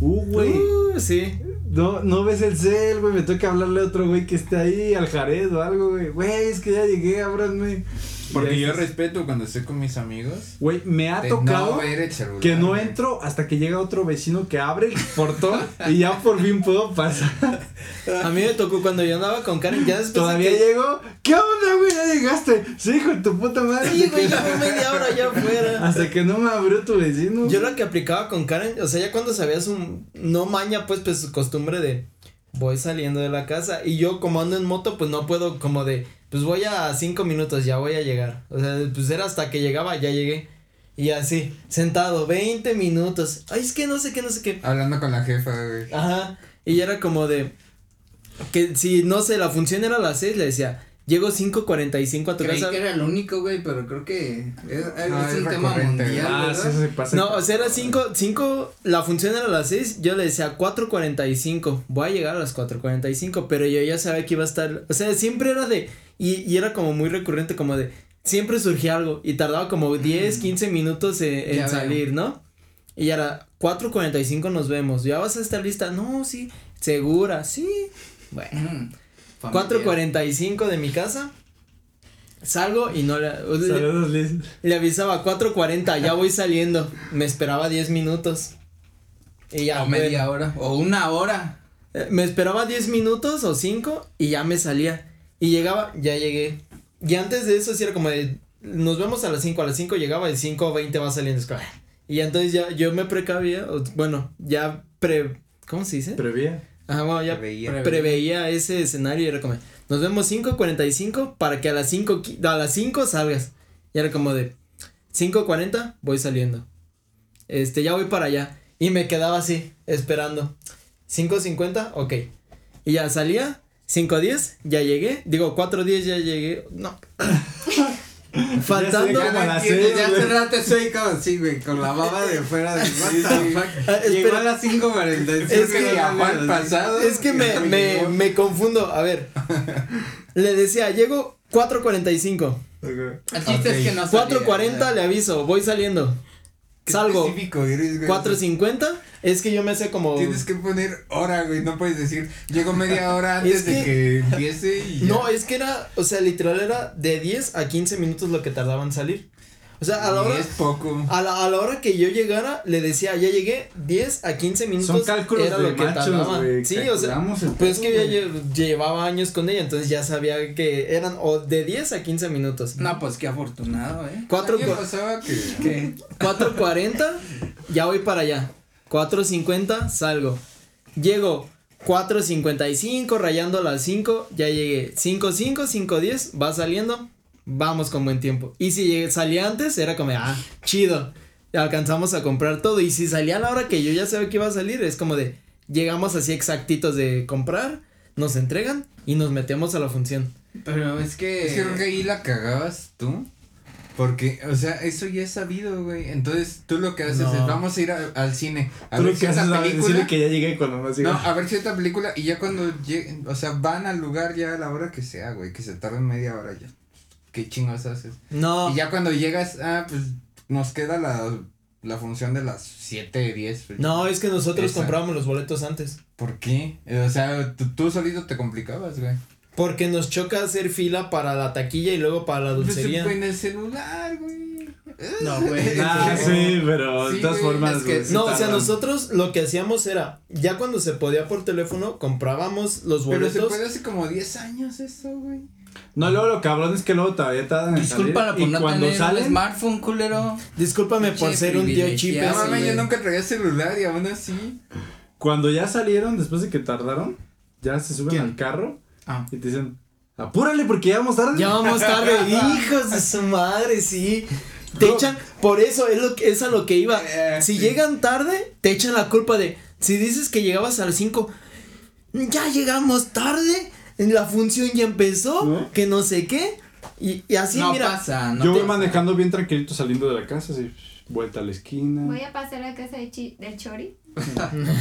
S3: Uh, güey.
S2: Uh, sí.
S3: No, no ves el cel, güey. Me toca hablarle a otro güey que esté ahí, al Jared o algo, güey. Güey, es que ya llegué, ábranme.
S4: Porque
S3: Y
S4: yo
S3: ahí estás-
S4: respeto cuando estoy con mis amigos.
S3: Güey, me ha
S4: de
S3: tocado.
S4: no ver el celular,
S3: Que no
S4: güey.
S3: entro hasta que llega otro vecino que abre el portón y ya por fin puedo pasar.
S2: A mí me tocó cuando yo andaba con Karen, ya después. de
S3: Todavía
S2: que-
S3: llegó. ¿Qué onda, güey? Ya llegaste. Sí, hijo de tu puta madre.
S2: Sí, güey, ya fue media hora allá afuera.
S3: Hasta que no me abrió tu vecino.
S2: Yo lo que aplicaba con Karen, o sea, ya cuando sabías un. No maña, pues, pues su costumbre de. Voy saliendo de la casa y yo, como ando en moto, pues no puedo, como de. Pues voy a cinco minutos, ya voy a llegar. O sea, pues era hasta que llegaba, ya llegué. Y así, sentado, 20 minutos. Ay, es que no sé qué, no sé qué.
S4: Hablando con la jefa, güey.
S2: Ajá. Y ya era como de. Que si, no sé, la función era a las 6, le decía. Llego 5.45 a tu
S1: Creí
S2: casa.
S1: que era el único, güey, pero creo que es, es
S4: No, es
S1: un tema
S4: recurrente,
S1: mundial,
S3: Ah,
S1: ¿verdad?
S3: sí, eso se pasa.
S2: No, o sea, era 5, 5, la función era a las 6, yo le decía 4.45, voy a llegar a las 4.45, pero yo ya sabía que iba a estar, o sea, siempre era de, y, y era como muy recurrente, como de, siempre surgía algo, y tardaba como 10, 15 minutos en, en
S1: Ya veo.
S2: salir, ¿no? Y ya era 4.45 nos vemos, ¿ya vas a estar lista? No, sí, segura, sí, bueno.
S1: Mm, familiar.
S2: 4.45 de mi casa. Salgo y no le, le,
S3: Saludos, Liz.
S2: le avisaba 4.40, ya voy saliendo. Me esperaba 10 minutos. Y ya.
S1: O
S2: bueno,
S1: media hora, o una hora.
S2: eh, me esperaba 10 minutos o 5 y ya me salía. Y llegaba, ya llegué. Y antes de eso sí era como de, nos vemos a las 5, a las 5 llegaba, el 5.20 va saliendo. es como, ah. Y entonces ya yo me precavía, o- bueno, ya pre... ¿Cómo se dice?
S3: Previa.
S2: Ajá, bueno, ya
S4: Que veía.
S2: preveía ese escenario y era como, nos vemos 5.45 para que a las 5, qui- a las 5 salgas. Y era como de 5.40 voy saliendo. Este, ya voy para allá. Y me quedaba así, esperando. 5.50, ok. Y ya salía, 5.10, ya llegué. Digo, 4.10 ya llegué. No. Faltando.
S3: Ya se
S1: Ya,
S3: Como a las
S1: entiendo,
S3: seis,
S1: ya
S3: Ah, güey.
S1: hace rato estoy como así, güey, con la baba de fuera de what the fuck. Llegó
S2: espera.
S1: a las 5.45.
S2: Es que
S1: güey,
S2: ya
S1: a
S4: fue al
S1: las-
S4: pasado.
S2: Es que me, me, me confundo. A ver. Le decía, llego 4.45.
S1: El chiste es que no salía,
S2: 4.40 le aviso, voy saliendo.
S4: Qué
S2: Salgo.
S4: específico eres, güey.
S2: 4.50 es que yo me sé como.
S4: Tienes que poner hora, güey. No puedes decir, llego media hora antes
S2: Es
S4: de
S2: que-
S4: que empiece y. ya.
S2: No, es que era, o sea, literal era de 10 a 15 minutos lo que tardaba en salir. O sea, a la
S4: Y
S2: hora. Ah,
S4: es poco.
S2: A la, a la hora que yo llegara, le decía, ya llegué 10 a 15 minutos.
S3: Son cálculos
S2: era
S3: de
S2: lo que
S3: machos,
S2: tardaba.
S3: güey,
S2: Sí, o sea.
S3: calculamos el
S2: Pues es que
S3: peso,
S2: yo
S3: güey.
S2: lle- llevaba años con ella, entonces ya sabía que eran o de 10 a 15 minutos.
S1: No, pues qué afortunado,
S4: A
S1: eh.
S4: mí me
S2: 4.40
S4: pasaba que.
S1: Que
S2: 4.40, ya voy para allá. 4.50, salgo. Llego 4.55, rayando las 5, ya llegué. 5.5, 5.10, va saliendo, vamos con buen tiempo. Y si llegué- salía antes, era como, ah, chido, alcanzamos a comprar todo. Y si salía a la hora que yo ya sabía que iba a salir, es como de, llegamos así exactitos de comprar, nos entregan y nos metemos a la función.
S1: Pero es que.
S4: Es que creo que ahí la cagabas tú. Porque, o sea, eso ya es sabido, güey. Entonces, tú lo que haces
S2: No.
S4: es, vamos a ir a- al cine. A
S3: Tú
S4: ver
S3: lo que haces
S4: cierta
S3: es
S4: película.
S3: decirle que ya llegué cuando "Ah, no sigo.
S4: No, a ver cierta película y ya cuando lleguen, o sea, van al lugar ya a la hora que sea, güey, que se tarden media hora ya. ¿Qué chingos haces?
S2: No.
S4: Y ya cuando llegas, ah, pues nos queda la, la función de las 7, 10. güey.
S2: No, es que nosotros
S4: Exacto.
S2: comprábamos los boletos antes.
S4: ¿Por qué? Eh, O sea, tú, tú solito te complicabas, güey.
S2: Porque nos choca hacer fila para la taquilla y luego para la
S4: Pues
S2: dulcería.
S4: en el celular, güey.
S1: No, güey.
S3: Ah,
S1: es que-
S3: sí, pero de
S4: Sí,
S3: todas
S4: güey,
S3: formas.
S1: es que-
S3: güey, sí
S2: No, o sea,
S3: tardan.
S2: nosotros lo que hacíamos era, ya cuando se podía por teléfono, comprábamos los
S4: Pero se
S2: boletos.
S4: puede hace como 10 años eso, güey.
S3: No, luego lo cabrón es que luego todavía tardan en salir.
S1: Discúlpala por
S3: y
S1: no
S3: cuando
S1: tener
S3: salen,
S1: un smartphone, culero.
S2: Discúlpame por
S1: Che,
S2: ser un tío
S1: privilegiado,
S2: chipes.
S4: No mames,
S1: Ah, sí,
S4: yo
S1: güey.
S4: nunca traía celular y aún así.
S3: Cuando ya salieron, después de que tardaron, ya se suben
S1: ¿Quién?
S3: al carro
S1: Ah.
S3: y te dicen, apúrale porque ya vamos tarde.
S2: Ya vamos tarde, hijos de su madre, sí. Te
S3: No.
S2: echan, por eso es lo que es a lo que iba.
S4: Eh,
S2: Si
S4: sí.
S2: llegan tarde, te echan la culpa de si dices que llegabas a las 5, ya llegamos tarde, la función ya empezó,
S3: ¿No?
S2: que no sé qué. Y, y así
S1: no
S2: mira,
S1: pasa, no
S3: Yo voy
S1: pasa.
S3: manejando bien tranquilito saliendo de la casa, así, vuelta a la esquina.
S5: Voy a pasar a casa de chi- del Chori.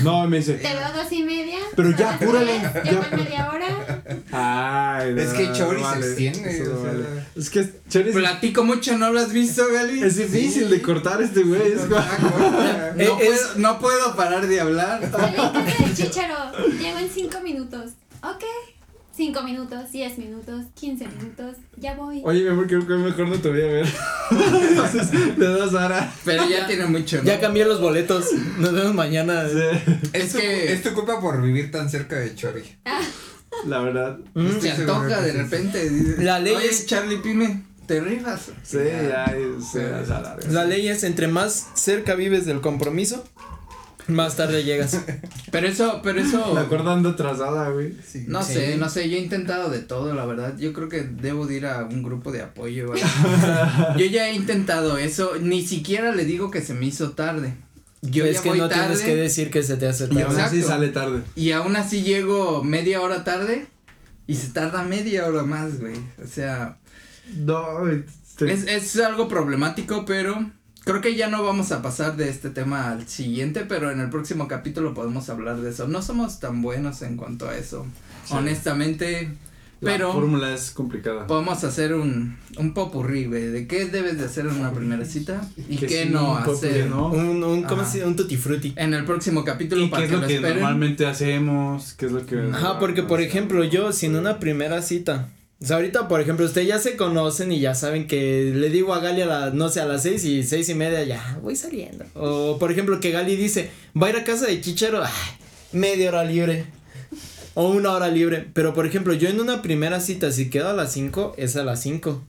S3: No, y me dice,
S5: Te veo dos y media.
S3: Pero ya,
S5: Son las
S3: apúrale,
S5: tres,
S3: ya.
S5: Ya van media hora.
S3: Ay,
S4: Es que
S3: no,
S4: Chori
S3: vale,
S4: se extiende.
S3: eso no
S4: o sea,
S3: vale. Es que Chori es,
S1: Platico mucho, ¿no lo has visto, Gali?
S3: es difícil de cortar este güey. es como-
S4: Ah,
S1: No,
S2: Eh,
S1: puedo,
S2: es-
S1: no puedo parar de hablar.
S5: Salí en casa del chicharo. Llego en 5 minutos. Ok. 5 minutos, 10 minutos, 15 minutos. Ya voy.
S3: Oye, mi amor, creo que mejor no te voy a ver. Entonces, le das ahora.
S1: Pero ya tiene mucho, ¿no?
S2: Ya cambié los boletos. Nos vemos mañana.
S1: Es
S4: tu-
S1: que-
S4: es tu culpa por vivir tan cerca de Chori.
S3: La verdad.
S2: Mm.
S1: Se antoja de repente. dice,
S2: La ley
S1: Oye,
S2: es-
S1: Charlie Pime, te rifas.
S3: Sí, ya, sí, ya se alarga.
S2: La ley es entre más cerca vives del compromiso, más tarde llegas.
S1: Pero eso, pero eso.
S3: La cuerda anda atrasada, güey.
S1: No
S2: Sí.
S1: sé, no sé, yo he intentado de todo, la verdad. Yo creo que debo de ir a un grupo de apoyo. o algo. yo ya he intentado eso, ni siquiera le digo que se me hizo tarde. Yo
S2: es
S1: ya
S2: que
S1: voy
S2: no
S1: tarde
S2: tienes que decir que se te hace
S3: Y
S2: tarde.
S3: aún así
S1: Exacto.
S3: sale tarde.
S1: y aún así llego media hora tarde y se tarda media hora más, güey. O sea,
S3: No, güey, te-
S1: es, es algo problemático, pero creo que ya no vamos a pasar de este tema al siguiente, pero en el próximo capítulo podemos hablar de eso. No somos tan buenos en cuanto a eso,
S3: Sí.
S1: honestamente,
S3: la
S1: pero... Pues,
S3: fórmula es complicada.
S1: Podemos hacer un, un popurrí, güey, de qué debes de hacer en una primera cita y qué,
S3: sí, pues,
S1: no
S3: un poco
S1: hacer.
S3: que no.
S2: Un, un, ¿cómo
S1: Ajá.
S2: se dice? Un tutti frutti.
S1: En el próximo capítulo
S3: ¿Y qué
S1: para
S3: es
S1: que
S3: lo
S1: lo
S3: que
S1: esperen.
S3: normalmente hacemos? ¿Qué es lo que.?
S2: Ajá, porque por ejemplo, yo sin una primera cita. O sea, ahorita, por ejemplo, ustedes ya se conocen y ya saben que le digo a Gali a las, no sé, a las seis y seis y media ya voy saliendo. O, por ejemplo, que Gali dice, va a ir a casa de Chichero, ay, media hora libre. O una hora libre. Pero, por ejemplo, yo en una primera cita, si quedo a las cinco, es a las cinco.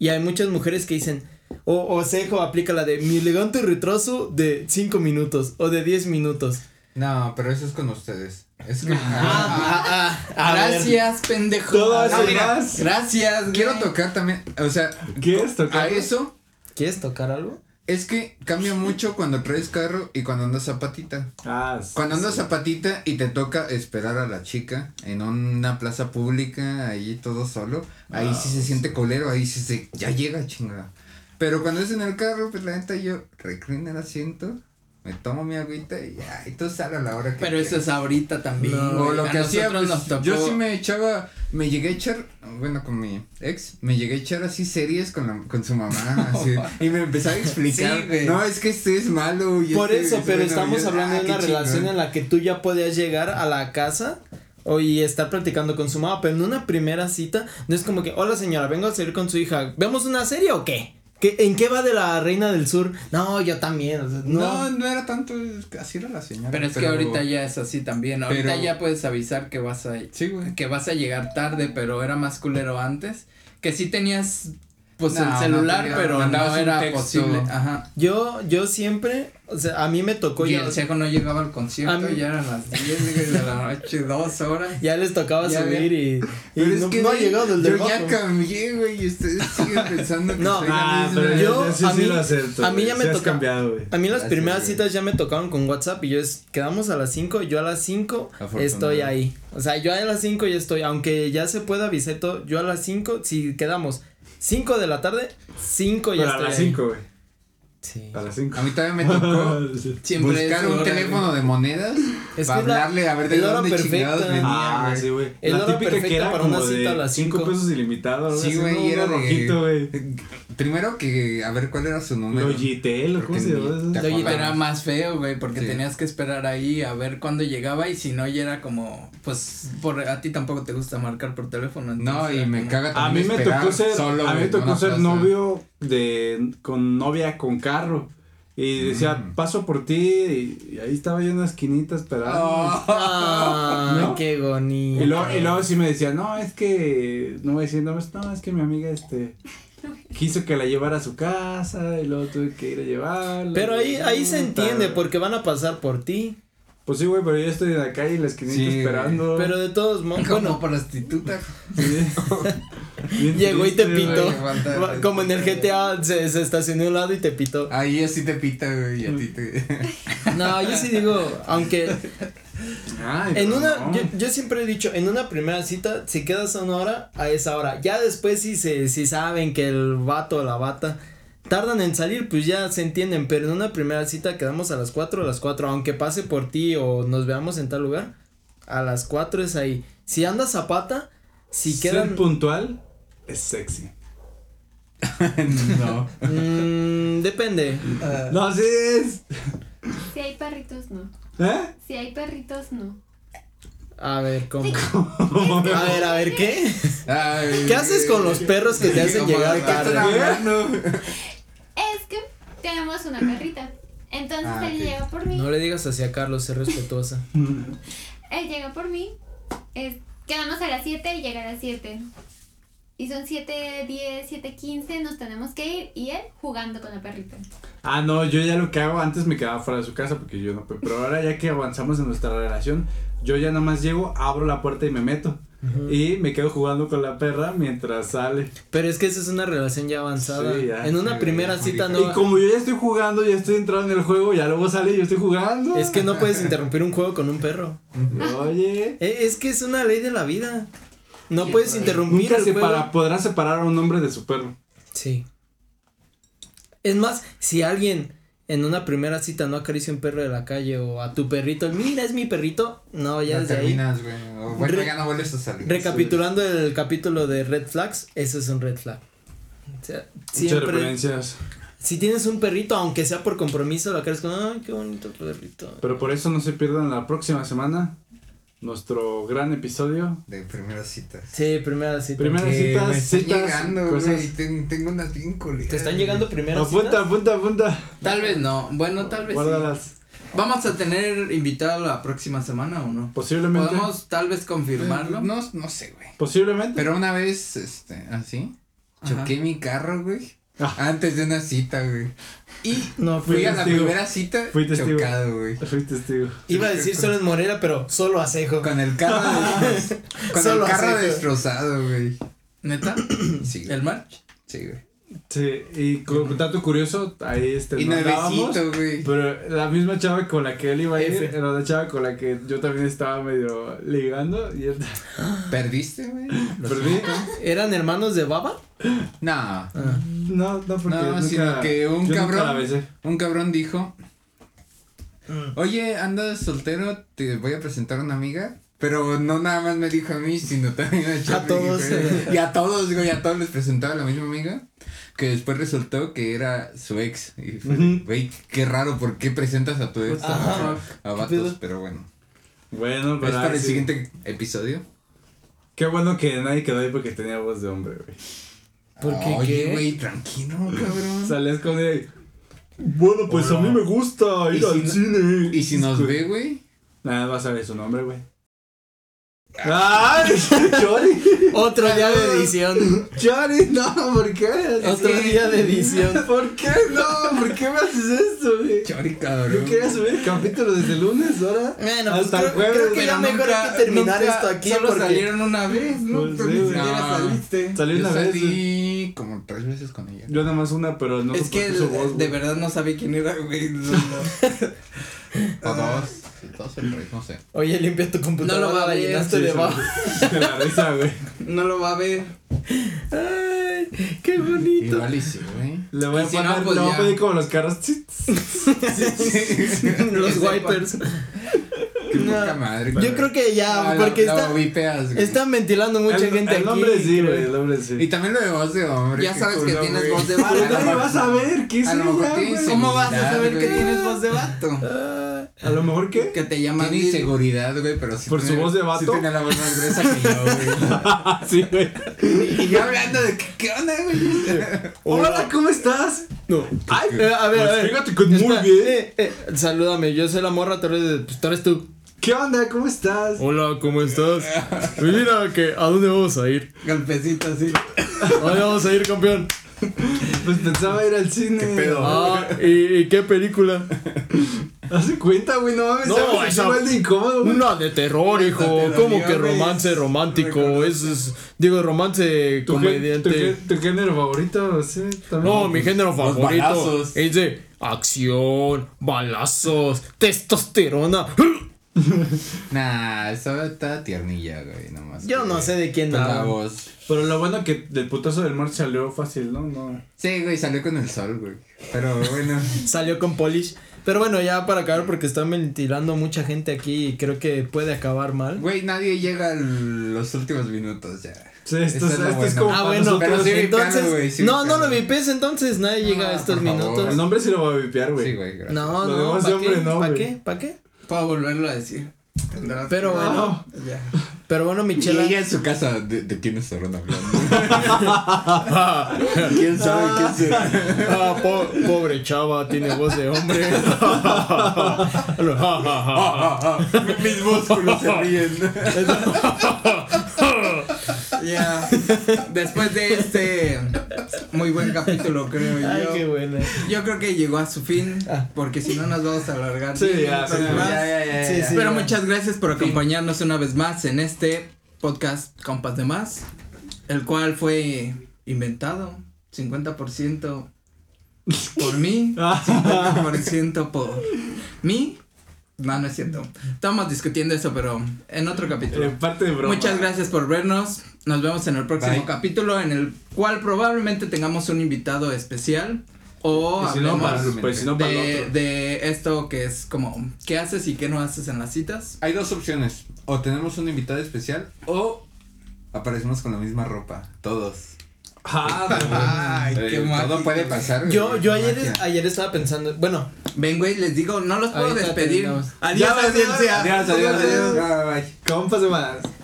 S2: Y hay muchas mujeres que dicen, o, o Sejo aplica la de mi elegante retraso de cinco minutos o de diez minutos.
S4: No, pero eso es con ustedes. Es que.
S2: Ah, ah, ah, a ver.
S1: Gracias, pendejo.
S3: Todo eso
S1: Ah, mira,
S3: más.
S1: Gracias, güey.
S4: Quiero tocar también. O sea,
S3: ¿Quieres
S4: a
S3: tocar?
S4: eso
S2: ¿Quieres tocar algo?
S4: es que cambia mucho cuando traes carro y cuando andas zapatita.
S3: Ah, sí.
S4: Cuando andas zapatita y te toca esperar a la chica en una plaza pública, ahí todo solo, ahí sí se siente colero, ahí sí se, ya llega chingada. Pero cuando es en el carro, pues la neta yo reclino el asiento, me tomo mi agüita y ya, y todo sale a la hora que
S1: Pero eso es ahorita también.
S4: o
S1: güey.
S4: lo
S1: A
S4: que hacía,
S1: nosotros
S4: pues,
S1: nos tocó.
S4: yo sí me echaba, me llegué a echar, bueno, con mi ex, me llegué a echar así series con, la- con su mamá, así, y me empezaba a explicar,
S1: Sí, güey.
S4: no, es que este es malo. y
S2: Por
S4: este
S2: eso,
S4: es
S2: pero
S4: bueno", y
S2: estamos
S4: yo,
S2: hablando
S4: "Ah,
S2: de
S4: qué
S2: una
S4: chingón".
S2: relación en la que tú ya podías llegar a la casa o y estar platicando con su mamá, pero en una primera cita no es como que, hola señora, vengo a salir con su hija, ¿vemos una serie o qué? ¿Qué ¿En qué va de la Reina del Sur? No, yo también, o sea,
S4: No,
S2: no.
S4: no era tanto, es que así era la señora.
S1: Pero es que ahorita ya es así también. Ahorita
S4: pero-
S1: ya puedes avisar que vas a
S4: Sí, güey.
S1: que vas a llegar tarde, pero era más culero antes, que sí tenías pues
S4: No,
S1: el celular,
S4: no tenía-
S1: pero
S4: mandabas
S1: no
S4: un
S1: era
S4: texto.
S1: posible. Ajá.
S2: Yo, yo siempre, o sea, a mí me tocó
S1: Y
S2: ya,
S1: el Seco no llegaba al concierto,
S2: A mí-
S1: ya eran las 10 de la noche, dos horas.
S2: ya les tocaba
S1: Ya
S2: subir y, y
S4: Pero es
S2: no,
S4: que,
S2: no ha
S4: güey,
S2: llegado el de
S4: Yo
S2: abajo.
S4: ya cambié, güey, y ustedes siguen pensando que
S2: No,
S4: soy la
S3: Ah,
S4: misma.
S3: pero
S2: Yo,
S3: yo. Sí,
S2: a
S3: sí
S2: mí-
S3: lo acepto.
S2: a mí
S3: güey,
S2: ya me
S3: sí has
S2: toca-
S3: cambiado, güey.
S2: A mí las
S4: Gracias,
S2: primeras
S4: güey.
S2: citas ya me tocaron con WhatsApp y yo es, quedamos a las 5, yo a las 5
S4: Afortunado.
S2: estoy ahí. O sea, yo a las 5 ya estoy, aunque ya se pueda avisar y todo, yo a las 5, si quedamos 5 de la tarde, 5 ya
S3: Pero a
S2: estoy.
S3: las
S2: ahí.
S3: 5, güey.
S2: Sí.
S3: A las 5.
S4: A mí todavía me tocó
S1: Siempre
S4: buscar
S1: es
S4: un
S1: hora,
S4: teléfono de monedas
S2: Es
S4: para
S2: que es la-
S4: hablarle a ver de
S2: es la hora
S4: dónde chingados
S2: perfecta.
S4: venía,
S3: Ah,
S4: güey.
S3: sí, güey.
S2: El
S3: La
S2: hora
S3: típica que
S2: perfecta
S3: era
S2: para
S3: como
S2: una cita a
S3: de
S2: las
S3: 5
S2: cinco.
S3: pesos ilimitados. algo
S4: Sí,
S3: así,
S4: güey,
S3: ¿no?
S4: era
S3: Uno
S4: de-
S3: rojito, güey.
S4: Primero que a ver cuál era su número.
S3: Logitel, ¿o ¿cómo
S4: Porque
S3: se
S4: ni-
S3: llama?
S4: te
S1: Pero
S4: acordabas.
S1: era más feo, güey, porque
S4: Sí.
S1: tenías que esperar ahí a ver cuándo llegaba y si no ya era como, pues, por, a ti tampoco te gusta marcar por teléfono.
S4: No,
S1: entonces
S4: y
S1: era
S4: me
S1: como-
S4: caga
S3: A mí
S4: también
S3: me
S4: esperar
S3: tocó ser,
S4: solo,
S3: a mí me
S4: güey, en
S3: tocó
S4: una
S3: ser
S4: plaza.
S3: novio de, con novia con carro. Y decía,
S4: Mm.
S3: paso por ti, y, y ahí estaba yo en una esquinita esperando.
S4: Oh.
S2: Ah,
S3: ¿No?
S2: qué bonito.
S3: Y luego, y luego sí me decía, no, es que, no voy a decir, no, es, no, es que mi amiga, este, quiso que la llevara a su casa, y luego tuve que ir a llevarla.
S2: Pero ahí, ahí se
S3: Puta.
S2: entiende porque van a pasar por ti.
S3: Pues sí, güey, pero yo estoy en la calle, en la esquinita
S4: Sí, güey.
S3: esperando.
S2: Pero de todos modos,
S1: Como
S2: bueno,
S1: prostituta.
S3: Sí. Bien
S2: llegó y te
S3: triste, güey.
S2: pitó.
S4: güey, falta-
S2: Va- Como en el GTA se, se estacionó a un lado y te pitó.
S4: Ahí así te pita, güey, y a ti te.
S2: No, yo sí digo, aunque
S3: Ay,
S2: En
S3: pero
S2: una,
S3: no.
S2: yo, yo siempre he dicho, en una primera cita, si quedas a una hora, a esa hora. Ya después si se, si saben que el vato o la bata tardan en salir, pues ya se entienden, pero en una primera cita quedamos a las 4, a las 4, aunque pase por ti o nos veamos en tal lugar, a las 4 es ahí. Si andas zapata, si
S3: Ser
S2: quedan.
S3: puntual es sexy.
S4: no.
S2: Mm, depende.
S3: No, sí es.
S5: Si hay perritos, no.
S3: ¿Eh?
S5: Si hay perritos, no.
S2: A ver, ¿cómo? A ver, a ver, ¿qué?
S4: Ay,
S2: ¿Qué haces con los perros que te hacen
S4: como, ¿de
S2: llegar
S4: qué están
S2: tarde?
S4: hablando?
S5: Es que tenemos una perrita. Entonces
S4: Ah,
S5: él
S4: ok.
S5: llega por mí.
S2: No le digas así a Carlos, sé respetuosa.
S5: Él llega por mí. es- quedamos a las 7 y llega a las 7. Y son 7, 10, 7, 15. Nos tenemos que ir. Y él jugando con la perrita.
S3: Ah, no, yo ya lo que hago, antes me quedaba fuera de su casa porque yo no, pe- pero ahora ya que avanzamos en nuestra relación, yo ya nada más llego, abro la puerta y me meto. Y me quedo jugando con la perra mientras sale.
S2: Pero es que esa es una relación ya avanzada.
S3: Sí, ya,
S2: en una
S4: sí,
S2: primera
S4: ya,
S2: cita
S4: ahorita.
S2: no.
S3: Y como yo ya estoy jugando, ya estoy entrando en el juego, ya luego sale y yo estoy jugando.
S2: Es que no puedes interrumpir un juego con un perro.
S3: Oye.
S2: Eh, Es que es una ley de la vida. No
S5: Sí,
S2: puedes
S5: güey.
S2: interrumpir
S3: Nunca
S2: el
S3: se
S2: juego.
S3: para, podrá separar a un hombre de su perro.
S2: Sí. Es más, si alguien en una primera cita no acaricia un perro de la calle o a tu perrito, mira, es mi perrito. No, ya
S4: Ya
S2: desde ahí.
S4: terminas, güey. O bueno,
S2: Re-
S4: ya no vuelves a salir.
S2: Recapitulando el capítulo de Red Flags, eso es un red flag. O sea,
S3: Muchas
S2: siempre.
S3: referencias.
S2: Si tienes un perrito, aunque sea por compromiso, lo crees como, ay, qué bonito perrito.
S3: Pero por eso no se pierdan la próxima semana nuestro gran episodio.
S4: De primeras citas.
S2: Sí, primera cita.
S3: Primera
S4: Que
S3: citas,
S4: me están
S3: citas,
S4: llegando,
S3: cosas.
S4: güey. ten- Tengo unas bien culeras,
S2: ¿Te están llegando primeras
S3: Apunta,
S2: citas?
S3: apunta, apunta.
S1: Tal vez no, bueno, tal vez sí.
S3: Guárdalas.
S1: ¿Vamos a tener invitado la próxima semana o no?
S3: Posiblemente.
S1: Podemos tal vez
S4: güey.
S1: confirmarlo.
S4: Eh, No, no sé, güey.
S3: Posiblemente.
S4: Pero una vez, este, así,
S1: Ajá.
S4: choqué mi carro, güey.
S3: Ah.
S4: Antes de una cita, güey. Y
S2: No,
S4: fui
S3: fui
S4: a la
S3: testigo.
S4: primera cita
S3: Fui testigo.
S4: chocado, güey.
S3: Fui testigo.
S2: Iba a decir solo en Morera, pero solo acejo.
S4: Con el carro, de- con
S2: Solo
S4: el carro
S2: así,
S4: destrozado, güey.
S1: ¿Neta?
S4: Sí, güey.
S1: ¿El March?
S4: Sí, güey.
S3: Sí, y con con dato curioso, ahí este.
S4: Y
S3: no andábamos,
S4: nuevecito, güey.
S3: Pero la misma chava con la que él iba a ir,
S2: F.
S3: era la chava con la que yo también estaba medio ligando y él
S4: ¿Perdiste, güey?
S3: perdí.
S2: ¿Eran hermanos de Baba?
S4: No.
S2: Ah.
S3: No, no, porque
S4: No,
S3: nunca,
S4: sino que un
S3: yo nunca
S4: cabrón-
S3: la besé.
S4: Un cabrón dijo,
S2: Mm.
S4: oye, andas soltero, te voy a presentar a una amiga. Pero no nada más me dijo a mí, sino también a Charlie.
S2: todos.
S4: güey. Y a todos, güey, a todos les presentaba la misma amiga. Que después resultó que era su ex. Y fue, de,
S3: Ujú.
S4: güey, qué raro, ¿por qué presentas a tu ex?
S2: Ajá.
S4: A
S2: ¿Qué
S4: vatos,
S2: pedo?
S4: pero bueno.
S3: Bueno,
S4: es
S3: pero
S4: para
S3: ah,
S4: el
S3: sí.
S4: siguiente episodio.
S3: Qué bueno que nadie quedó ahí porque tenía voz de hombre, güey.
S2: ¿Por qué
S4: Oye,
S2: qué?
S4: güey, tranquilo, cabrón.
S3: Salías con él. y, Bueno, pues a mí me gusta
S4: ¿Y
S3: ir
S4: si
S3: al
S4: no-
S3: cine.
S4: Y si nos ve, güey.
S3: Nada, vas a ver su nombre, güey.
S4: Ah.
S3: ¡Ay! ¡Chori!
S2: Otro día de edición.
S3: ¡Chori! No, ¿por qué?
S2: Otro día de edición.
S3: ¿Por qué no? ¿Por qué me haces esto, güey?
S4: Chori,
S3: Yo
S4: cabrón.
S3: quería subir el capítulo desde lunes, ahora.
S2: Bueno, pues
S3: Hasta el
S2: creo,
S3: jueves.
S2: creo que ya
S1: Pero
S2: mejor hay
S1: nunca-
S2: que terminar
S1: nunca-
S2: esto aquí
S1: Solo
S2: porque
S1: salieron una vez, ¿no?
S3: Pues
S1: Pero
S3: sí,
S1: ni
S3: güey.
S1: siquiera
S4: No.
S1: saliste.
S3: Salí
S4: Yo
S3: una vez. güey.
S4: salí como tres veces con ella.
S3: Yo nada más una, pero no
S1: es que
S3: soporté su voz,
S1: de
S3: güey.
S1: verdad no sabía quién era, güey. No,
S4: O dos. Dos o tres, no sé.
S2: Oye, limpia tu computadora,
S1: No lo va a
S2: la
S1: ver,
S2: llenaste de
S3: sí,
S2: Baba.
S3: De la risa, güey.
S1: no lo va a ver.
S2: Ay, qué bonito.
S4: Igual y sí, güey.
S3: Le voy a
S1: Y si no,
S3: poner,
S1: pues
S3: le voy a
S1: ya.
S3: pedir como los carros.
S2: Los
S1: Que sepa.
S2: wipers.
S4: Qué
S2: No,
S4: poca madre.
S2: Yo creo que ya,
S4: Ah,
S2: porque
S4: lo- lo
S2: está-
S4: vipeas, güey.
S2: están ventilando mucha
S3: El-
S2: gente
S3: El
S2: aquí.
S3: hombre sí,
S2: creo.
S3: güey. El hombre sí.
S4: Y también lo de voz de hombre.
S1: Ya
S4: qué
S1: sabes que
S4: culo,
S1: tienes
S4: güey.
S1: voz de
S3: Pero
S1: vato.
S3: nadie va a saber qué es
S4: A lo mejor
S3: ella,
S4: tienes-
S3: güey.
S1: ¿Cómo vas a saber que
S4: Güey.
S1: tienes voz de vato?
S2: Ah,
S3: A lo mejor qué.
S1: Que te llamas
S4: Tiene
S1: Didi.
S4: inseguridad, güey, pero sí.
S3: ¿Por su
S4: tiene-
S3: voz de
S4: Sí
S3: vato?
S4: tiene la voz más gruesa que yo, güey.
S3: sí, güey.
S4: Y yo hablando de que, qué onda, güey.
S3: Hola, ¿cómo estás?
S2: no.
S3: Ay,
S2: Eh, a ver, a
S3: pues
S2: ver.
S3: fíjate que muy
S2: Espera,
S3: bien.
S2: eh, eh, salúdame, yo soy la morra, tú eres, pues, tú eres tú.
S3: ¿Qué onda? ¿Cómo estás?
S2: Hola, ¿cómo estás? Mira, que, ¿a dónde vamos a ir?
S1: Golpecito así.
S2: ¿A dónde vamos a ir, campeón?
S3: Pues pensaba ir al cine.
S4: ¿Qué pedo?
S2: Ah, ¿y, y qué película?
S3: Hace cuenta, güey, no mames.
S2: No,
S3: No, es
S2: esa-
S3: igual de incómodo, güey.
S2: Una de terror, hijo.
S1: Te
S2: ¿Cómo
S1: dolió,
S2: que
S1: güey.
S2: romance romántico?
S1: Recordaste.
S2: Eso es, digo, romance
S3: ¿Tu, gen- tu,
S2: comediante.
S3: gen- tu género favorito? Sí, también.
S2: No, mi género favorito
S4: balazos.
S2: es de acción, balazos, testosterona.
S4: Nah, estaba está tiernilla, güey, nomás.
S2: Yo no sé de quién
S4: Con la
S2: hablan.
S4: voz.
S3: Pero lo bueno que del putazo del mar salió fácil, ¿no? No.
S4: Sí, güey, salió con el sol, güey. Pero bueno.
S2: Salió con Polish. Pero bueno, ya para acabar, porque están ventilando mucha gente aquí y creo que puede acabar mal.
S4: Güey, nadie llega a los últimos minutos ya.
S3: Sí,
S4: Esta
S3: esto, es-
S4: es la
S3: esto es
S4: buena.
S3: como.
S2: Ah,
S3: para
S2: bueno,
S3: nosotros.
S4: pero sí,
S2: entonces.
S4: vipealo, güey, sí,
S2: no, no
S4: vipealo.
S2: lo vipes, entonces nadie llega a
S4: No,
S2: estos
S4: por favor.
S2: minutos.
S3: El
S2: No,
S3: nombre sí lo va a vipear, güey.
S4: güey, gracias.
S2: no,
S3: Lo demás
S2: ¿para
S3: siempre
S2: qué?
S3: no,
S2: ¿Para
S3: güey.
S2: qué? ¿Para qué?
S1: Puedo volverlo a decir. Tendrás
S2: Pero
S1: que-
S3: Ah,
S2: bueno.
S1: Ya.
S2: Pero bueno,
S4: Y
S2: Michela.
S4: ella en su casa, ¿de, de quién estarán hablando? ¿Quién sabe quién será?
S2: Ah, po- pobre chava, tiene voz de hombre.
S4: Ah, ah, ah, mis músculos se ríen.
S1: Ya. Después de este muy buen capítulo, creo
S2: Ay,
S1: yo.
S2: qué buena.
S1: Yo creo que llegó a su fin, porque si no nos vamos a alargar.
S3: Sí,
S1: diez
S3: ya,
S1: minutos
S3: sí, ya.
S1: más.
S2: Sí, sí.
S1: Pero
S2: ya.
S1: muchas gracias por acompañarnos una vez más en este podcast Compas de Más, el cual fue inventado 50% por mí, 50% por mí. No, no es cierto. Estamos discutiendo eso, pero en otro capítulo.
S3: En parte de broma.
S1: Muchas gracias por vernos. Nos vemos en el próximo
S4: Bye.
S1: capítulo, en el cual probablemente tengamos un invitado especial o
S3: Y si no,
S1: hablemos
S3: para, pues si no, para el
S1: de,
S3: otro.
S1: de esto que es como qué haces y qué no haces en las citas.
S4: Hay dos opciones. O tenemos un invitado especial o aparecemos con la misma ropa. Todos.
S3: Ah,
S1: Ay,
S4: Eh,
S1: qué
S4: Todo
S1: magia.
S4: puede pasar. güey.
S2: Yo, yo ayer,
S4: Magia.
S2: ayer estaba pensando, bueno,
S1: Ven, güey, les digo, no los puedo
S2: Ahorita
S1: despedir.
S2: terminamos.
S1: Adiós,
S3: Ya,
S1: audiencia.
S3: adiós,
S4: Adiós, adiós, adiós. Bye, bye, bye.
S3: Compas de más.